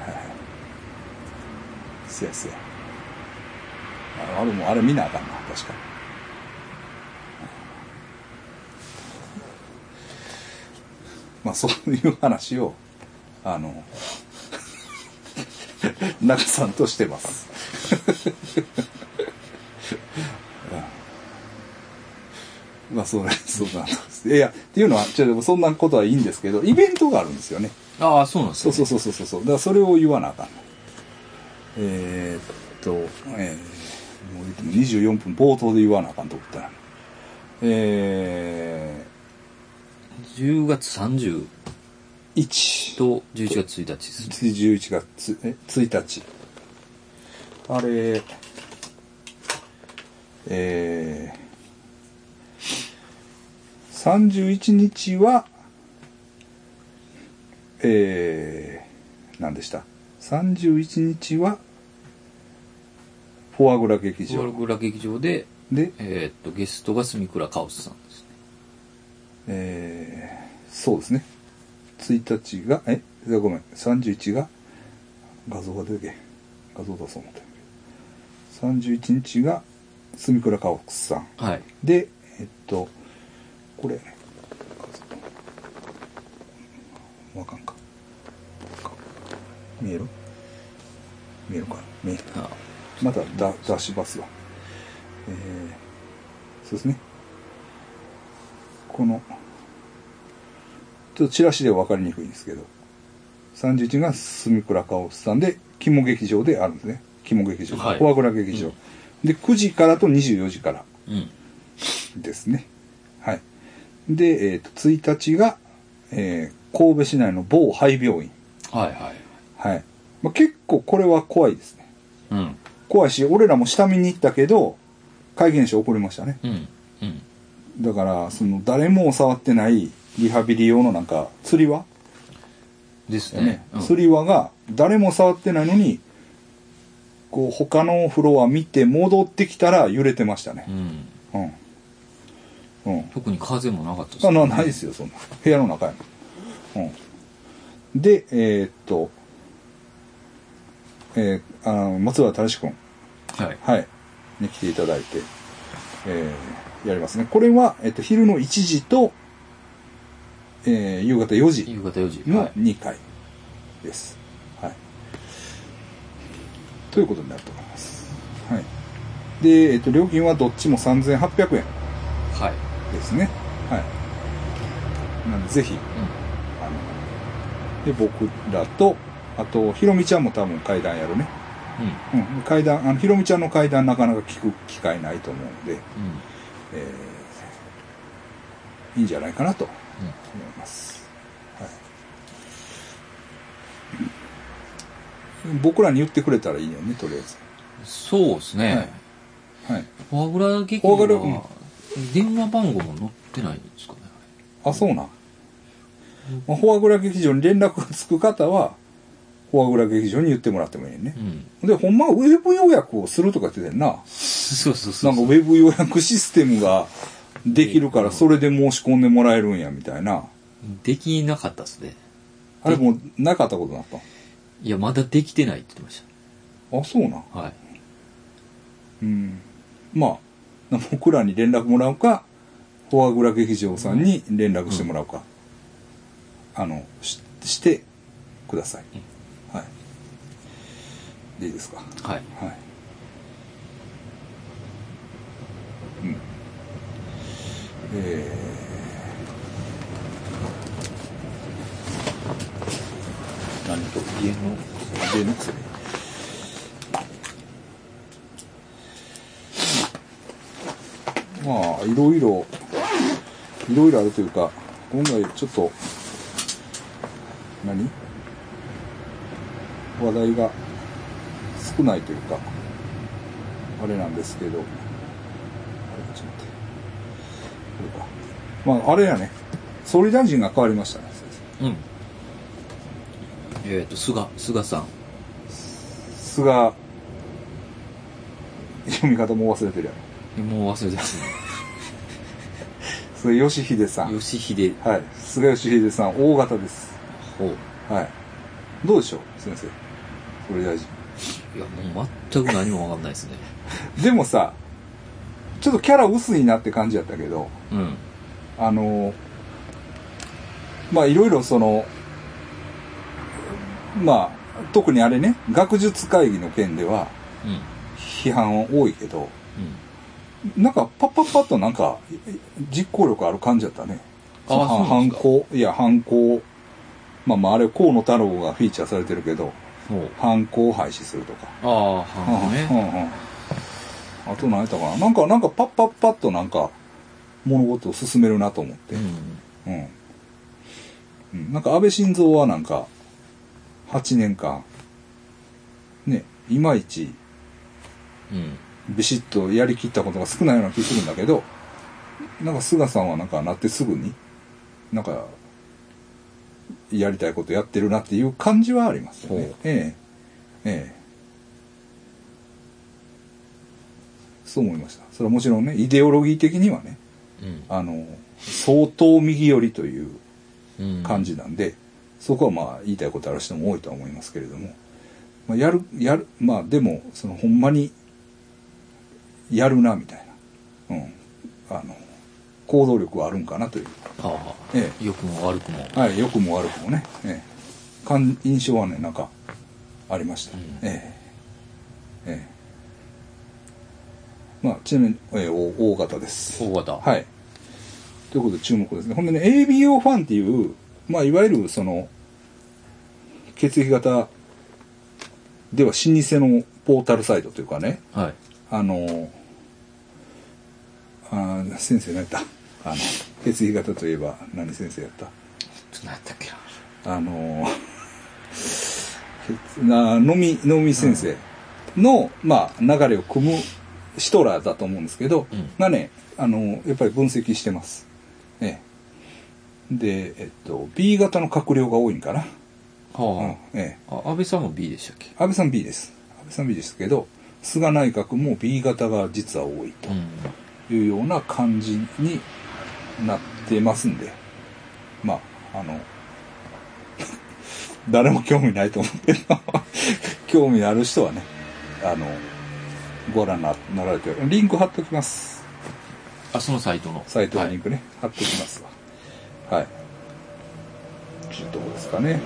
[SPEAKER 1] せやせや。ああれもうあれ見なあかんな、確かまあそういう話を、あの、中さんとしてます。うんまあそれ、そうなんです。いやいや、っていうのは、ちょっとそんなことはいいんですけど、イベントがあるんですよね。
[SPEAKER 2] ああ、そうなんで
[SPEAKER 1] そ
[SPEAKER 2] すか、
[SPEAKER 1] うそうそうそうそうそう。だからそれを言わなあかんの。えー、っと、えー、もう24分冒頭で言わなあかんと思ったら。ええ
[SPEAKER 2] 10月30
[SPEAKER 1] ー、1と
[SPEAKER 2] と11月1日ですね
[SPEAKER 1] 11月え1日。あれ、えー、31日は、えー、何でした ?31 日は、フォアグラ劇
[SPEAKER 2] フォア
[SPEAKER 1] 場。
[SPEAKER 2] グラ劇場で、
[SPEAKER 1] で、
[SPEAKER 2] えーっとゲストが住倉カオスさんですね
[SPEAKER 1] えーそうですね。1日が、え、ごめん、31が、画像が出てけ。画像出そう思ったんやけど。31日が、住倉かおくさん。
[SPEAKER 2] はい
[SPEAKER 1] で、えっと、これ、画像わかんか。見える見えるかな見える。
[SPEAKER 2] あ
[SPEAKER 1] まだだ出しますわ、えー、そうですねこのちょっとチラシでは分かりにくいんですけど31が住倉かおすさんで肝劇場であるんですね肝劇場、
[SPEAKER 2] はい
[SPEAKER 1] フォアグラ劇場、で9時からと24時から
[SPEAKER 2] うん
[SPEAKER 1] ですねはいで、えー、と1日が、えー神戸市内の某廃病院
[SPEAKER 2] はいはい
[SPEAKER 1] はい、まあ、結構これは怖いですね
[SPEAKER 2] うん
[SPEAKER 1] 怖いし俺らも下見に行ったけど怪現象起こりましたね
[SPEAKER 2] うんうん
[SPEAKER 1] だからその誰も触ってないリハビリ用のなんか釣り輪、
[SPEAKER 2] ですね
[SPEAKER 1] ね
[SPEAKER 2] うん
[SPEAKER 1] 釣り輪が誰も触ってないのにこう他のフロア見て戻ってきたら揺れてました
[SPEAKER 2] う
[SPEAKER 1] ね
[SPEAKER 2] ん
[SPEAKER 1] うんうん
[SPEAKER 2] 特に風もなかったです
[SPEAKER 1] あなないですよそんな部屋の中やの、うん、でえーっとえー、あの松原忠志君
[SPEAKER 2] はい
[SPEAKER 1] はい、に来ていただいて、えーやりますね。これは、えっと、昼の1時と、えー夕方4時
[SPEAKER 2] 夕方4時は
[SPEAKER 1] の
[SPEAKER 2] い
[SPEAKER 1] 2回です。はい。ということになると思います。はい。で、えっと、料金はどっちも3800円
[SPEAKER 2] はい
[SPEAKER 1] ですね。はい。なんで、ぜひ、
[SPEAKER 2] う
[SPEAKER 1] あの、で、僕らと、あと、ひろみちゃんも多分階段やるね。
[SPEAKER 2] んうん
[SPEAKER 1] うん、階段、あの、ひろみちゃんの階段なかなか聞く機会ないと思うので、
[SPEAKER 2] うん
[SPEAKER 1] えーいいんじゃないかなと思
[SPEAKER 2] うん
[SPEAKER 1] います。はい。僕らに言ってくれたらいいよね、とりあえず。
[SPEAKER 2] そうですね、
[SPEAKER 1] はいはい。
[SPEAKER 2] フォアグラ劇場
[SPEAKER 1] フォアグラ
[SPEAKER 2] は電話番号も載ってないんですかね
[SPEAKER 1] あ、そうなん。まあフォアグラ劇場に連絡がつく方は、フォアグラ劇場に言ってもらってもいいね
[SPEAKER 2] う。ん
[SPEAKER 1] で、ほんまはウェブ予約をするとか言ってたよな。
[SPEAKER 2] そうそうそ
[SPEAKER 1] な
[SPEAKER 2] う
[SPEAKER 1] か
[SPEAKER 2] んそ
[SPEAKER 1] ウ
[SPEAKER 2] う
[SPEAKER 1] ェブ予約システムができるからそれで申し込んでもらえるんやみたいな。
[SPEAKER 2] できなかったですね
[SPEAKER 1] あれもうなかったことになっ。
[SPEAKER 2] いやまだできてないって言ってました
[SPEAKER 1] あ、そうなん。
[SPEAKER 2] たはい
[SPEAKER 1] うん。まあ、僕らに連絡もらうか、フォアグラ劇場さんに連絡してもらうか。あの、ししてください。はい。でいいですか。
[SPEAKER 2] はい
[SPEAKER 1] はい。うん。えー、何と家の家の薬まあいろいろいろいろあるというか今回ちょっと何話題が少ないというかあれなんですけどあれちょっと待ってこれかまああれやね総理大臣が変わりましたね
[SPEAKER 2] うんえっ、と菅菅さん
[SPEAKER 1] 菅読み方も忘れてるやろ
[SPEAKER 2] もう忘れてますね
[SPEAKER 1] 菅義偉さん
[SPEAKER 2] (laughs) 吉秀
[SPEAKER 1] はい菅義偉さん大型です
[SPEAKER 2] ほう
[SPEAKER 1] はいどうでしょう先生総理大臣
[SPEAKER 2] いやもう全く何も分かんないですね
[SPEAKER 1] でもさちょっとキャラ薄いなって感じやったけど
[SPEAKER 2] うん
[SPEAKER 1] あのまあいろいろそのまあ特にあれね学術会議の件では
[SPEAKER 2] うん
[SPEAKER 1] 批判多いけどなんかパッパッパッとなんか実行力ある感じだったね
[SPEAKER 2] ああ
[SPEAKER 1] その
[SPEAKER 2] そうな
[SPEAKER 1] 犯
[SPEAKER 2] んですか
[SPEAKER 1] 行いや犯行まあまああれ河野太郎がフィーチャーされてるけど
[SPEAKER 2] うんほう
[SPEAKER 1] 犯行を廃止するとか
[SPEAKER 2] ああはんね
[SPEAKER 1] うんうんうんあと何やったかななんかなんかパッパッパッとなんか物事を進めるなと思って、うんうん、なんか安倍晋三はなんか8年間ねいまいち
[SPEAKER 2] うん。
[SPEAKER 1] ビシッとやりきったことが少ないような気するんだけどなんか菅さんはなんかなってすぐになんかやりたいことやってるなっていう感じはありますよ
[SPEAKER 2] ほ
[SPEAKER 1] ね
[SPEAKER 2] う。
[SPEAKER 1] ええええそう思いました。それはもちろんねイデオロギー的にはね
[SPEAKER 2] うん。
[SPEAKER 1] あの相当右寄りという
[SPEAKER 2] うん。
[SPEAKER 1] 感。じなんで、そこはまあ言いたいことある人も多いとは思いますけれども、まあ、やるやるまあでもそのほんまにやるなみたいな、うん、あの行動力はあるんかなという、
[SPEAKER 2] はあ、
[SPEAKER 1] え
[SPEAKER 2] 良くも悪くも。
[SPEAKER 1] はい、良くも悪くもね、ええ、感印象はねなんかありました、
[SPEAKER 2] うん
[SPEAKER 1] ええええまあちなみに、ええ、お大型です
[SPEAKER 2] 大型。い。
[SPEAKER 1] はい。ということで注目ですね。ほんでね、ABO ファンっていう、まあ、いわゆるその、血液型では老舗のポータルサイトというかね、
[SPEAKER 2] はい。
[SPEAKER 1] あの、あー先生何やったあの、血液型といえば何先生やった
[SPEAKER 2] ちょっと何やったっけな。
[SPEAKER 1] あの、 (laughs) 血なのみ、のみ先生の、まあ、流れを組むシトラーだと思うんですけど、
[SPEAKER 2] うん
[SPEAKER 1] がね、あの、やっぱり分析してます。ええ。で、えっと、B 型の閣僚が多いんかな。うん
[SPEAKER 2] は
[SPEAKER 1] ええ。
[SPEAKER 2] あ。あ、安倍さんも B でしたっけ
[SPEAKER 1] 安倍さん B です。安倍さん B ですけど、菅内閣も B 型が実は多いと。
[SPEAKER 2] うん。
[SPEAKER 1] いうような感じになってますんで、まあ、あの、 (laughs) 誰も興味ないと思うけど、 (laughs) 興味ある人はね、あの、ご覧にななられて、リンク貼っときます。
[SPEAKER 2] あ、そのサイトの。
[SPEAKER 1] サイトのリン
[SPEAKER 2] は
[SPEAKER 1] クね、貼っときますわ。はい。ちょっとどうですかね。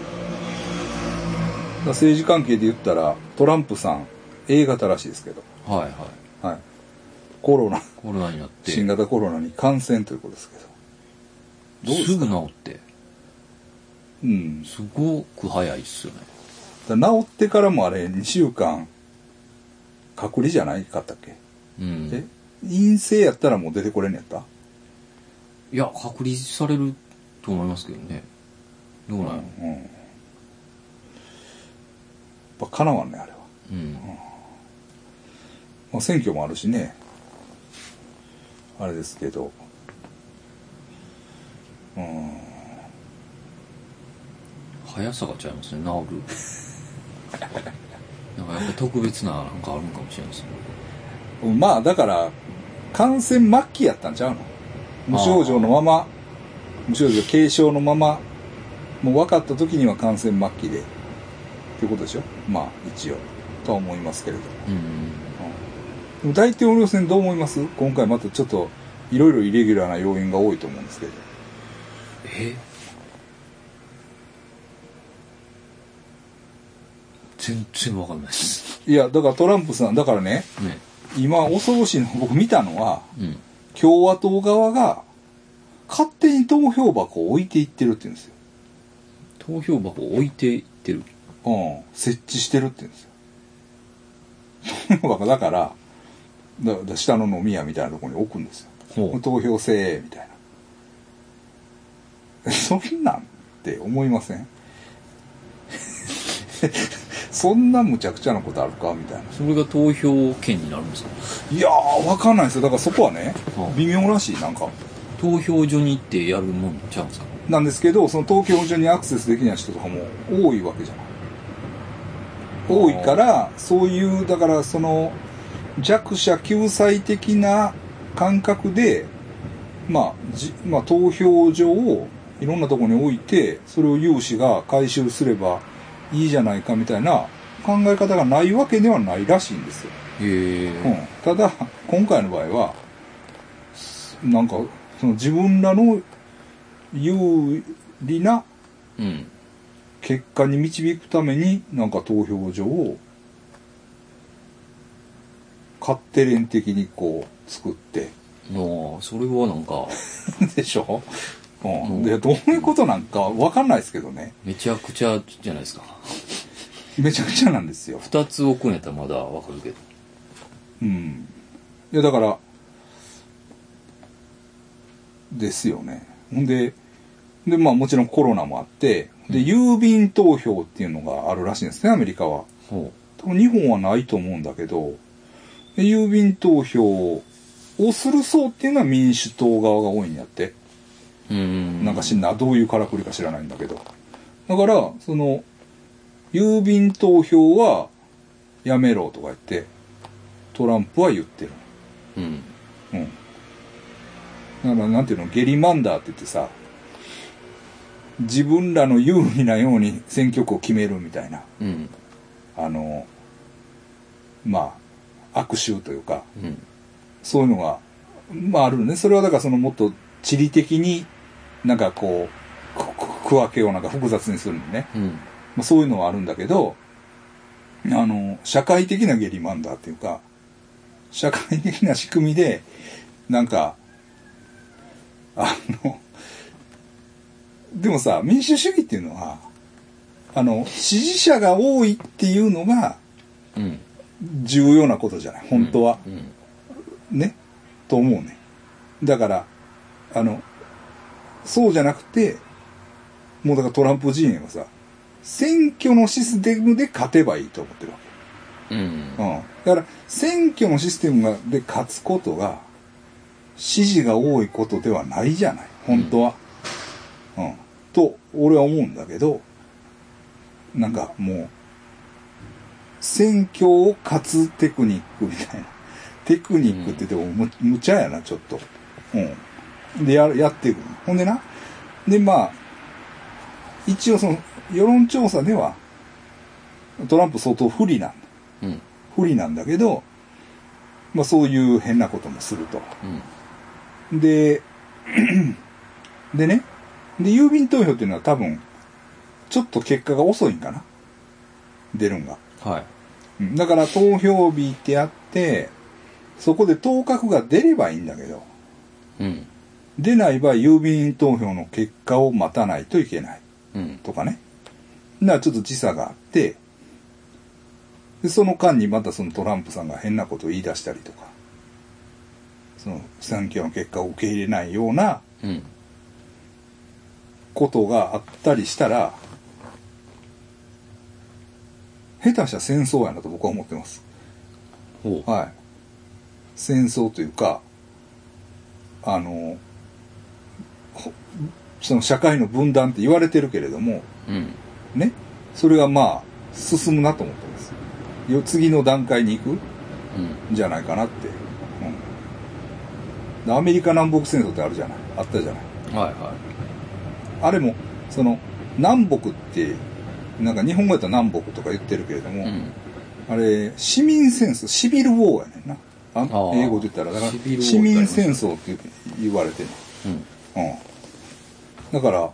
[SPEAKER 1] 政治関係で言ったら、トランプさん、A 型らしいですけど、
[SPEAKER 2] い。はいはい。
[SPEAKER 1] はい。コロナ。
[SPEAKER 2] コロナになって。
[SPEAKER 1] 新型コロナに感染ということですけど。どうです
[SPEAKER 2] すぐ治って。
[SPEAKER 1] うん。だ
[SPEAKER 2] すごく早いっすよね。
[SPEAKER 1] から治ってからもあれ、2週間、隔離じゃないかったっけ、
[SPEAKER 2] うん。
[SPEAKER 1] え陰性やったらもう出てこれんやった
[SPEAKER 2] いや、隔離されると思いますけどね。どうなの
[SPEAKER 1] うん。やっぱかなわんね、あれは。
[SPEAKER 2] うん。
[SPEAKER 1] まあ、選挙もあるしね。あれですけど。うん。
[SPEAKER 2] 速さがちゃいますね、治る。 (laughs) なんかやっぱり特別な、なんかあるんかもしれないですね。
[SPEAKER 1] まあだから感染末期やったんちゃうの無症状のまま無症状軽症のままもう分かった時には感染末期でっていうことでしょまあ一応とは思いますけれど、
[SPEAKER 2] うん。
[SPEAKER 1] うん、でも大統領選どう思います今回またちょっといろいろイレギュラーな要因が多いと思うんですけど
[SPEAKER 2] え全然わかんないです。
[SPEAKER 1] いやだからトランプさんだからね
[SPEAKER 2] ね。
[SPEAKER 1] 今恐ろしいの僕見たのは
[SPEAKER 2] うん。
[SPEAKER 1] 共和党側が勝手に投票箱を置いていってるって言うんですよ
[SPEAKER 2] 投票箱置いていってる。
[SPEAKER 1] うん、設置してるって言うんですよ。投票箱 (laughs) だから、だだ下の飲み屋みたいなところに置くんです
[SPEAKER 2] ほ
[SPEAKER 1] よ。投票制みたいな。 (laughs) そんなんって思いません (laughs) そんな無茶苦茶なことあるかみたいな。
[SPEAKER 2] それが投票権になるんですか
[SPEAKER 1] いやー、わかんないですよ。だからそこはね
[SPEAKER 2] は、あ
[SPEAKER 1] 微妙らしい、なんか。
[SPEAKER 2] 投票所に行ってやるもんちゃうんですか
[SPEAKER 1] なんですけど、その投票所にアクセスできない人とかも多いわけじゃない。多いから、そういう、だからその弱者救済的な感覚で、まあ、じまあ、投票所をいろんなところに置いて、それを有志が回収すればいいじゃないかみたいな考え方がないわけではないらしいんですよ。
[SPEAKER 2] へえ。
[SPEAKER 1] うん、ただ今回の場合はすなんかその自分らの有利な
[SPEAKER 2] うん。
[SPEAKER 1] 結果に導くためになんか投票所を勝手連的にこう作って (laughs)
[SPEAKER 2] まあ、それはなんか、
[SPEAKER 1] でしょ、うん
[SPEAKER 2] うん
[SPEAKER 1] でどういうことなんかわかんないですけどね
[SPEAKER 2] めちゃくちゃじゃないですか。
[SPEAKER 1] めちゃくちゃなんですよ
[SPEAKER 2] 二つ置くんやったらまだわかるけど。
[SPEAKER 1] うん。いや、だから、ですよね。ほんで、で、まあもちろんコロナもあって、で、郵便投票っていうのがあるらしいんですね、アメリカは。
[SPEAKER 2] ほ
[SPEAKER 1] 多分日本はないと思うんだけど、で郵便投票をする層っていうのは民主党側が多いんやって。
[SPEAKER 2] う。うん
[SPEAKER 1] なんか知んな、どういうからくりか知らないんだけど。だから、その、郵便投票はやめろとか言って、トランプは言ってる。
[SPEAKER 2] うん。
[SPEAKER 1] うん。だから、なんていうの、ゲリマンダーって言ってさ、自分らの有利なように選挙区を決めるみたいな、
[SPEAKER 2] うん。
[SPEAKER 1] あの、まあ、悪臭というか、
[SPEAKER 2] うん。
[SPEAKER 1] そういうのが、まああるね。それはだからそのもっと地理的になんかこう、くく区分けをなんか複雑にするのね。
[SPEAKER 2] うん。
[SPEAKER 1] まあ、そういうのはあるんだけど、あの、社会的なゲリマンダーっていうか、社会的な仕組みで、なんか、あの、でもさ、民主主義っていうのは、あの、支持者が多いっていうのが
[SPEAKER 2] うん。
[SPEAKER 1] 重要なことじゃない、本当は。
[SPEAKER 2] うん。
[SPEAKER 1] ね、と思うね。だから、あの、そうじゃなくて、もうだからトランプ陣営はさ、選挙のシステムで勝てばいいと思ってるわ
[SPEAKER 2] うん
[SPEAKER 1] け。。うん。だから、選挙のシステムがで勝つことが、支持が多いことではないじゃない。本当は。うん。と、俺は思うんだけど、なんかもう、選挙を勝つテクニックみたいな。テクニックってでもむ、むちゃやな、ちょっと。うん。で、やる、やっていく。ほんでな。で、まあ、一応その、世論調査では、トランプ相当不利なんだ。
[SPEAKER 2] うん。
[SPEAKER 1] 不利なんだけど、まあそういう変なこともすると。
[SPEAKER 2] うん。
[SPEAKER 1] で、でね、で、郵便投票っていうのは多分、ちょっと結果が遅いんかな。出るんが。
[SPEAKER 2] は
[SPEAKER 1] う
[SPEAKER 2] い。
[SPEAKER 1] んだから投票日ってあって、そこで当確が出ればいいんだけど、
[SPEAKER 2] うん。
[SPEAKER 1] 出ない場合郵便投票の結果を待たないといけない
[SPEAKER 2] うん。
[SPEAKER 1] とかね。だからちょっと時差があって、でその間にまたそのトランプさんが変なことを言い出したりとか、その選挙の結果を受け入れないような
[SPEAKER 2] うん。
[SPEAKER 1] ことがあったりしたら、下手したら戦争やなと僕は思ってます。
[SPEAKER 2] ほう。
[SPEAKER 1] はい。戦争というか、あの、ほその社会の分断って言われてるけれども、
[SPEAKER 2] うん。
[SPEAKER 1] ね、それがまあ、進むなと思ってます。よ次の段階に行くん
[SPEAKER 2] うん。
[SPEAKER 1] じゃないかなって。うん。アメリカ南北戦争ってあるじゃない。あったじゃない。
[SPEAKER 2] はいは
[SPEAKER 1] あれも、その、南北って、なんか日本語やったら南北とか言ってるけれど
[SPEAKER 2] い。
[SPEAKER 1] も、
[SPEAKER 2] うん。
[SPEAKER 1] あれ、市民戦争、シビルウォーやねんな。あ
[SPEAKER 2] ー
[SPEAKER 1] 英語で言ったら、だから、
[SPEAKER 2] シビルウォー
[SPEAKER 1] 市民戦争って言われてる。
[SPEAKER 2] うん。
[SPEAKER 1] うん。だから、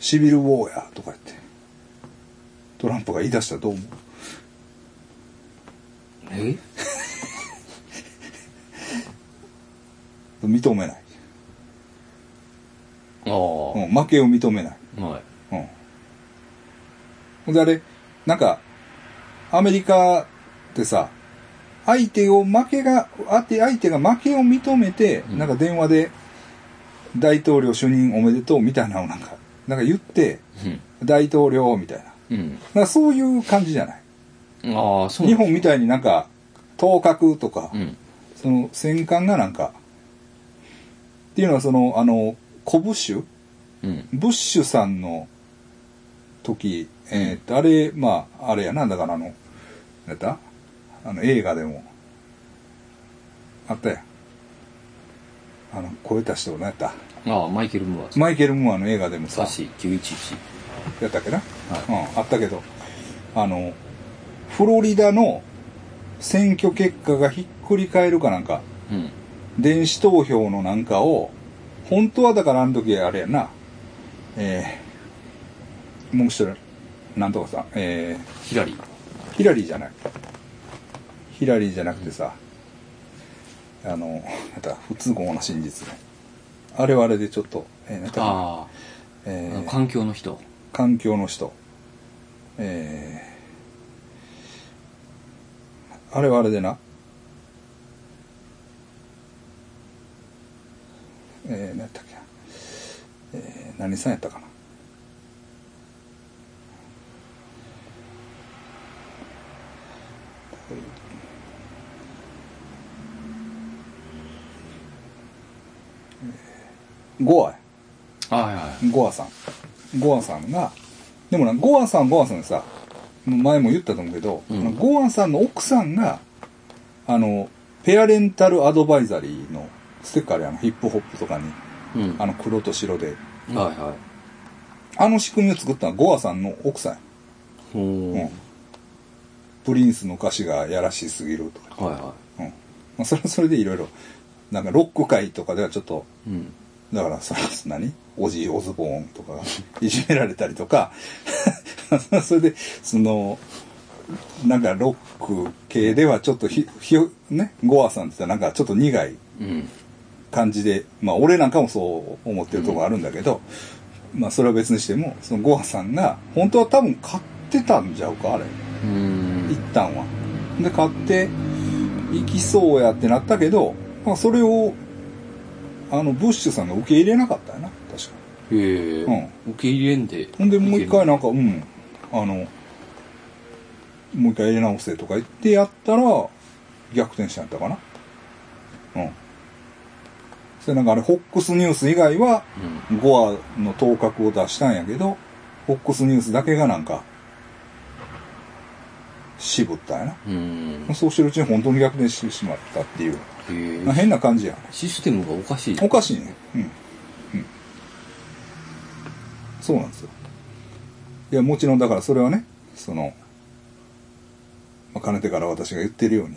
[SPEAKER 1] シビルウォーや、とか言って、トランプが言い出したらどう思う
[SPEAKER 2] え
[SPEAKER 1] 認めない。
[SPEAKER 2] あ
[SPEAKER 1] う
[SPEAKER 2] あ。
[SPEAKER 1] ん、負けを認めない。
[SPEAKER 2] はい。
[SPEAKER 1] うん。ほんであれ、なんか、アメリカってさ、相手を負けが、あて、相手が負けを認めて、
[SPEAKER 2] うん
[SPEAKER 1] なんか電話で、大統領就任おめでとうみたいなのをなんか、なんか言って、
[SPEAKER 2] うん。
[SPEAKER 1] 大統領みたいな。
[SPEAKER 2] うん。
[SPEAKER 1] なんかそういう感じじゃない。
[SPEAKER 2] ああ、そう
[SPEAKER 1] 日本みたいになんか、当確とか、
[SPEAKER 2] うん。
[SPEAKER 1] その戦艦がなんか、っていうのはその、あの、小ブッシュ
[SPEAKER 2] うん。
[SPEAKER 1] ブッシュさんの時、えーっと、あれ、まあ、あれやな、だからあの、なんだあの、映画でも、あったやん。あの、超えた人、何やった
[SPEAKER 2] ああ、マイケル・ムーアさん。
[SPEAKER 1] マイケル・ムーアの映画でもさ
[SPEAKER 2] サ、シ911。
[SPEAKER 1] やったっけな、
[SPEAKER 2] は
[SPEAKER 1] うん、あったけど、あの、フロリダの選挙結果がひっくり返るかなんか、
[SPEAKER 2] い。うん。
[SPEAKER 1] 電子投票のなんかを、本当はだからあの時あれやな、えー、もう一人、なんとかさん、え
[SPEAKER 2] ヒラリー。
[SPEAKER 1] ー、ヒラリーじゃない。ヒラリーじゃなくてさ、あの、なんだ、不都合な真実ね。あれはあれでちょっと、えー、なんだ、
[SPEAKER 2] あ
[SPEAKER 1] え
[SPEAKER 2] あ、
[SPEAKER 1] ー
[SPEAKER 2] 環境の人。
[SPEAKER 1] 環境の人、えー、あれはあれでな、何さんやったかなゴアや
[SPEAKER 2] はいは
[SPEAKER 1] ゴアさんゴアさんがでもなゴアさんはゴアさんでさ前も言ったと思うけど、
[SPEAKER 2] うん
[SPEAKER 1] ゴアさんの奥さんがあのペアレンタルアドバイザリーのステッカーであのヒップホップとかに
[SPEAKER 2] い。うん。
[SPEAKER 1] あ
[SPEAKER 2] は
[SPEAKER 1] の黒と白で
[SPEAKER 2] いは
[SPEAKER 1] あの仕組みを作ったのはゴアさんの奥さんや
[SPEAKER 2] い。ほー
[SPEAKER 1] うんプリンスの歌詞がやらしすぎるとか、
[SPEAKER 2] はいは
[SPEAKER 1] うんまあ、それはそれでいろいろなんかロック界とかではちょっと
[SPEAKER 2] い。うん。
[SPEAKER 1] だからそれは何オジー・オズボーンとか (laughs) がいじめられたりとか (laughs) それでそのなんかロック系ではちょっとひひねゴアさんって言ったらなんかちょっと苦い
[SPEAKER 2] うん。
[SPEAKER 1] 感じでまあ俺なんかもそう思ってるところあるんだけど、まあそれは別にしてもそのゴアさんが本当は多分買ってたんじゃうかあれ
[SPEAKER 2] うー
[SPEAKER 1] 一
[SPEAKER 2] ん。
[SPEAKER 1] 旦は。で、買って、行きそうやってなったけど、まあ、それを、あの、ブッシュさんが受け入れなかったよな、確か。
[SPEAKER 2] へえ。
[SPEAKER 1] う
[SPEAKER 2] 受け入れんで。
[SPEAKER 1] ほんで、もう一回なんか、うん、あの、もう一回入れ直せとか言ってやったら、逆転したんやったかな。うん。それなんかあれ、ホックスニュース以外は、
[SPEAKER 2] うん。
[SPEAKER 1] ゴアの頭角を出したんやけど、ホックスニュースだけがなんか、渋ったんやな。
[SPEAKER 2] うーん。
[SPEAKER 1] そうしてるうちに本当に逆転してしまったっていう。
[SPEAKER 2] へ
[SPEAKER 1] まあ
[SPEAKER 2] え。
[SPEAKER 1] 変な感じやん。
[SPEAKER 2] システムがおかしい。
[SPEAKER 1] おかしいね。うん。うん。そうなんですよ。いや、もちろんだからそれはね、その、まあ、かねてから私が言ってるように、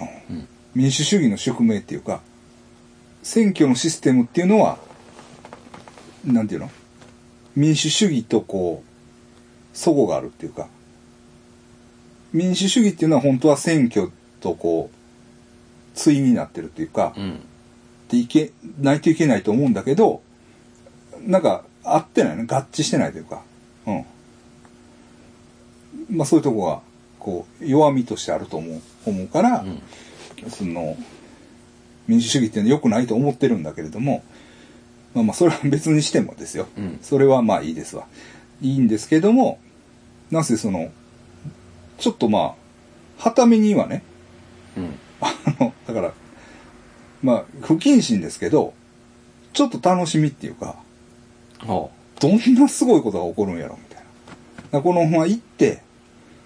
[SPEAKER 1] あの、
[SPEAKER 2] うん
[SPEAKER 1] 民主主義の宿命っていうか、選挙のシステムっていうのは、なんていうの民主主義とこう、齟齬があるっていうか、民主主義っていうのは本当は選挙とこう、対になってるっていうか、
[SPEAKER 2] うん。
[SPEAKER 1] っていけないといけないと思うんだけどなんか合ってないね合致してないというか、うん、まあそういうとこがこう弱みとしてあると思う思うから、
[SPEAKER 2] うん。
[SPEAKER 1] その民主主義っていうのは良くないと思ってるんだけれどもまあまあそれは別にしてもですよ、
[SPEAKER 2] うん
[SPEAKER 1] それはまあいいですわいいんですけどもなんせそのちょっとまあはためにはね
[SPEAKER 2] うん。
[SPEAKER 1] あの、だから、まあ、不謹慎ですけど、ちょっと楽しみっていうか、
[SPEAKER 2] は
[SPEAKER 1] どんなすごいことが起こるんやろ、みたいな。だからこのまま行って、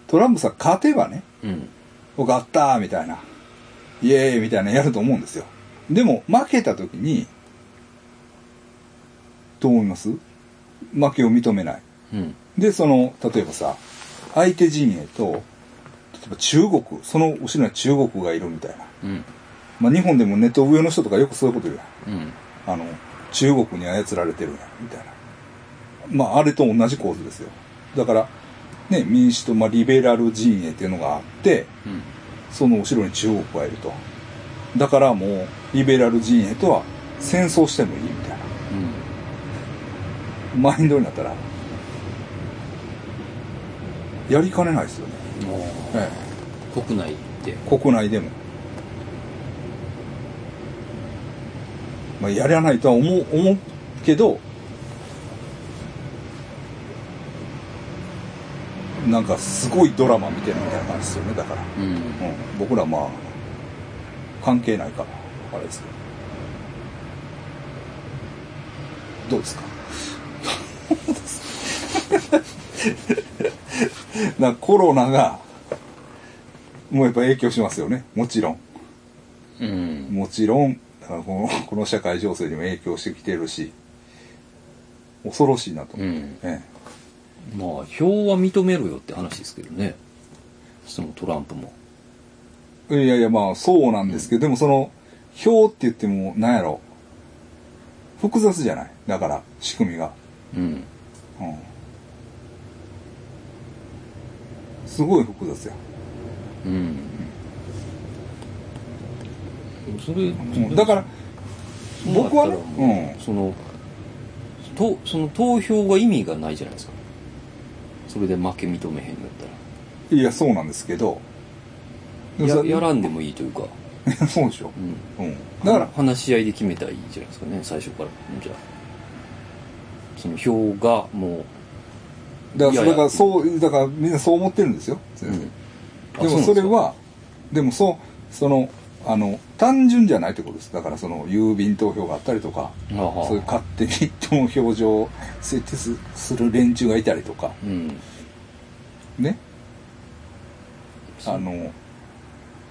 [SPEAKER 1] トランプさん勝てばね、
[SPEAKER 2] あ。うん。
[SPEAKER 1] 僕あったーみたいな、イエーイみたいなやると思うんですよ。でも、負けた時に、どう思います負けを認めない。
[SPEAKER 2] うん。
[SPEAKER 1] で、その、例えばさ、相手陣営と、例えば中国、その後ろには中国がいるみたいな。
[SPEAKER 2] うん。
[SPEAKER 1] まあ、日本でもネット上の人とかよくそういうこと言うやん
[SPEAKER 2] うん。
[SPEAKER 1] あの中国に操られてるやんみたいなまああれと同じ構図ですよだからね民主と、まあ、リベラル陣営っていうのがあって
[SPEAKER 2] うん。
[SPEAKER 1] その後ろに中国がいるとだからもうリベラル陣営とは戦争してもいいみたいなマインドになったらやりかねないですよね、
[SPEAKER 2] うん。あ
[SPEAKER 1] え
[SPEAKER 2] あ。国内って。
[SPEAKER 1] え、国内でも、まあ、やらないとは思う思うけどなんかすごいドラマ見てるみたいな感じですよねだから、
[SPEAKER 2] うん。
[SPEAKER 1] うん、僕らまあ関係ないからあれですけどどうですか (laughs) なんかコロナがもうやっぱ影響しますよねもちろん
[SPEAKER 2] うん。
[SPEAKER 1] もちろんだからこのこの社会情勢にも影響してきてるし恐ろしいなと
[SPEAKER 2] う
[SPEAKER 1] 思って、
[SPEAKER 2] ん。
[SPEAKER 1] え
[SPEAKER 2] まあ、票は認めろよって話ですけどね。そのトランプも。
[SPEAKER 1] え、いやいやまあそうなんですけど、でもその票って言ってもなんやろ複雑じゃないだから仕組みが、
[SPEAKER 2] うん。
[SPEAKER 1] うん、すごい複雑や
[SPEAKER 2] うん。それ、
[SPEAKER 1] うんだから僕はね
[SPEAKER 2] ね、その、と、その投票が意味がないじゃないですか。それで負け認めへんだっ
[SPEAKER 1] いやそうなんですけど
[SPEAKER 2] たら。
[SPEAKER 1] そ
[SPEAKER 2] ややらんでもいいというか、
[SPEAKER 1] (laughs) いやそうでしょ
[SPEAKER 2] う、ん。
[SPEAKER 1] うん、だから
[SPEAKER 2] 話し合いで決めたらいいじゃないですかね、最初から。じゃあ。その票がも
[SPEAKER 1] だからそれ
[SPEAKER 2] いやいや
[SPEAKER 1] がそうだからみんなそう思ってるんですよ、
[SPEAKER 2] う、うん、あ
[SPEAKER 1] でも
[SPEAKER 2] そ
[SPEAKER 1] そうれ
[SPEAKER 2] なんですか
[SPEAKER 1] はでもそうそのあの単純じゃないってことですだからその郵便投票があったりとか
[SPEAKER 2] あは
[SPEAKER 1] そういう勝手に (laughs) 投票所を設置すする連中がいたりとか
[SPEAKER 2] うん
[SPEAKER 1] ねあの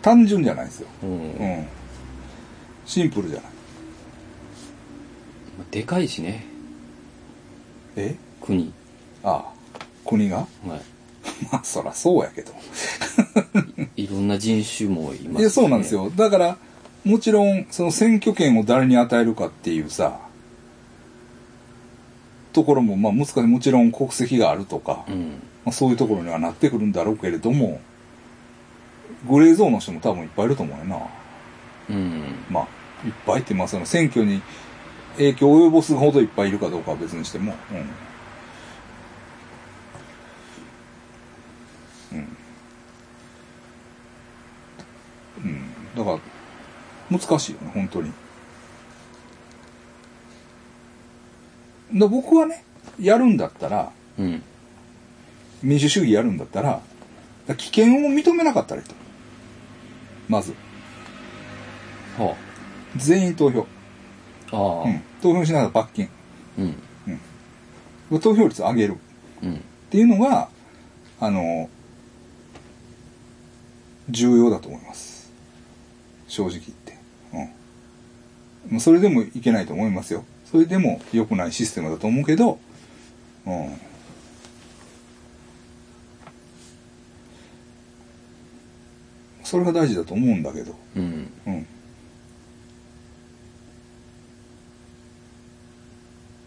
[SPEAKER 1] 単純じゃないんですよ、
[SPEAKER 2] う
[SPEAKER 1] うんん、シンプルじゃない
[SPEAKER 2] でかいしね
[SPEAKER 1] え
[SPEAKER 2] 国
[SPEAKER 1] ああ国が (laughs)
[SPEAKER 2] は
[SPEAKER 1] まあそらそうやけど
[SPEAKER 2] いいろんな人種もい (laughs) ますしね
[SPEAKER 1] いやそうなんですよだからもちろんその選挙権を誰に与えるかっていうさところもまあ難しいもちろん国籍があるとか、
[SPEAKER 2] う
[SPEAKER 1] ま
[SPEAKER 2] ん
[SPEAKER 1] あ、そういうところにはなってくるんだろうけれどもグレーゾーンの人も多分いっぱいいると思うよな
[SPEAKER 2] うん
[SPEAKER 1] まあいっぱいってまあその選挙に影響を及ぼすほどいっぱいいるかどうかは別にしてもうんうん、うん、だから難しいよね本当にだ僕はねやるんだったら
[SPEAKER 2] うん
[SPEAKER 1] 民主主義やるんだったらだから危険を認めなかったらいいとまず
[SPEAKER 2] は
[SPEAKER 1] 全員投票、
[SPEAKER 2] ああ
[SPEAKER 1] うん、投票しながら罰金
[SPEAKER 2] あうん
[SPEAKER 1] 投票率を上げるっ
[SPEAKER 2] うん
[SPEAKER 1] ていうのがあの重要だと思います正直言って、うんまあ、それでもいけないと思いますよそれでも良くないシステムだと思うけど、うん、それが大事だと思うんだけど、
[SPEAKER 2] うん
[SPEAKER 1] うん、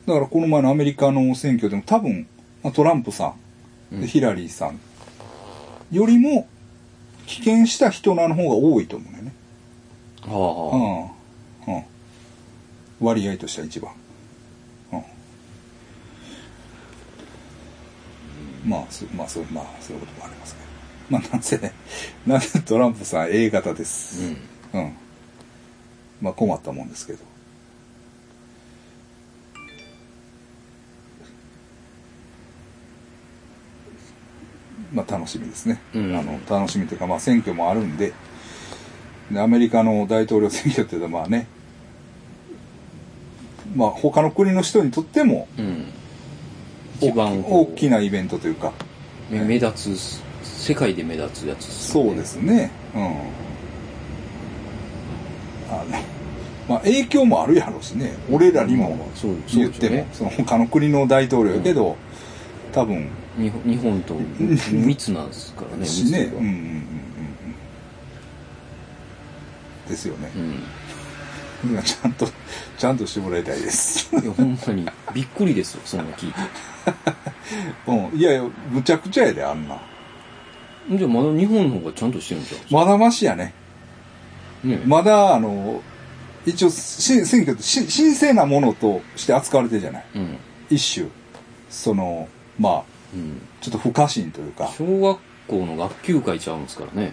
[SPEAKER 1] だからこの前のアメリカの選挙でも多分まあトランプさん、
[SPEAKER 2] うん
[SPEAKER 1] でヒラリーさんよりも棄権した人の方が多いと思うのよね、
[SPEAKER 2] はあはあ
[SPEAKER 1] うんうん、割合としては一番、うん、まあそまあそうまあそういうこともありますけどまあなんせねなんせトランプさん A 型です、
[SPEAKER 2] うん
[SPEAKER 1] うん。まあ困ったもんですけど。まあ楽しみですね。
[SPEAKER 2] うん
[SPEAKER 1] あの楽しみというか、まあ選挙もあるんで、でアメリカの大統領選挙っていうのはまあね、まあ他の国の人にとっても
[SPEAKER 2] うん
[SPEAKER 1] 大
[SPEAKER 2] 一
[SPEAKER 1] き
[SPEAKER 2] 番
[SPEAKER 1] 大き
[SPEAKER 2] な
[SPEAKER 1] なイベントというか、
[SPEAKER 2] 目立つ世界で目立つやつっすよ
[SPEAKER 1] そう
[SPEAKER 2] ね
[SPEAKER 1] ですね。うん。あの、まあ影響もあるやろうしね。俺らにも
[SPEAKER 2] そうそう
[SPEAKER 1] 言っ
[SPEAKER 2] です
[SPEAKER 1] て
[SPEAKER 2] よ
[SPEAKER 1] も
[SPEAKER 2] ね、
[SPEAKER 1] その他の国の大統領やけど、多分、
[SPEAKER 2] 日本日本と密なんですからね
[SPEAKER 1] しね。う
[SPEAKER 2] 密
[SPEAKER 1] ん
[SPEAKER 2] 度
[SPEAKER 1] うんうん
[SPEAKER 2] が
[SPEAKER 1] うんうん。ですよね。今ちゃんと、ちゃんとしてもらいたいです。 (laughs)
[SPEAKER 2] うんいやほんまにびっくりですよそんな聞いて
[SPEAKER 1] うん。いやいや、むちゃくちゃやで、あんな。
[SPEAKER 2] じゃあまだ日本の方がちゃんとしてるんじゃ
[SPEAKER 1] まだましやね。
[SPEAKER 2] んね
[SPEAKER 1] まだ、あの、一応、し選挙ってし神聖なものとして扱われてるじゃない。
[SPEAKER 2] うん
[SPEAKER 1] 一種そのまあ
[SPEAKER 2] うん
[SPEAKER 1] ちょっと不可侵というか、
[SPEAKER 2] 小学校の学級会ちゃうんですからね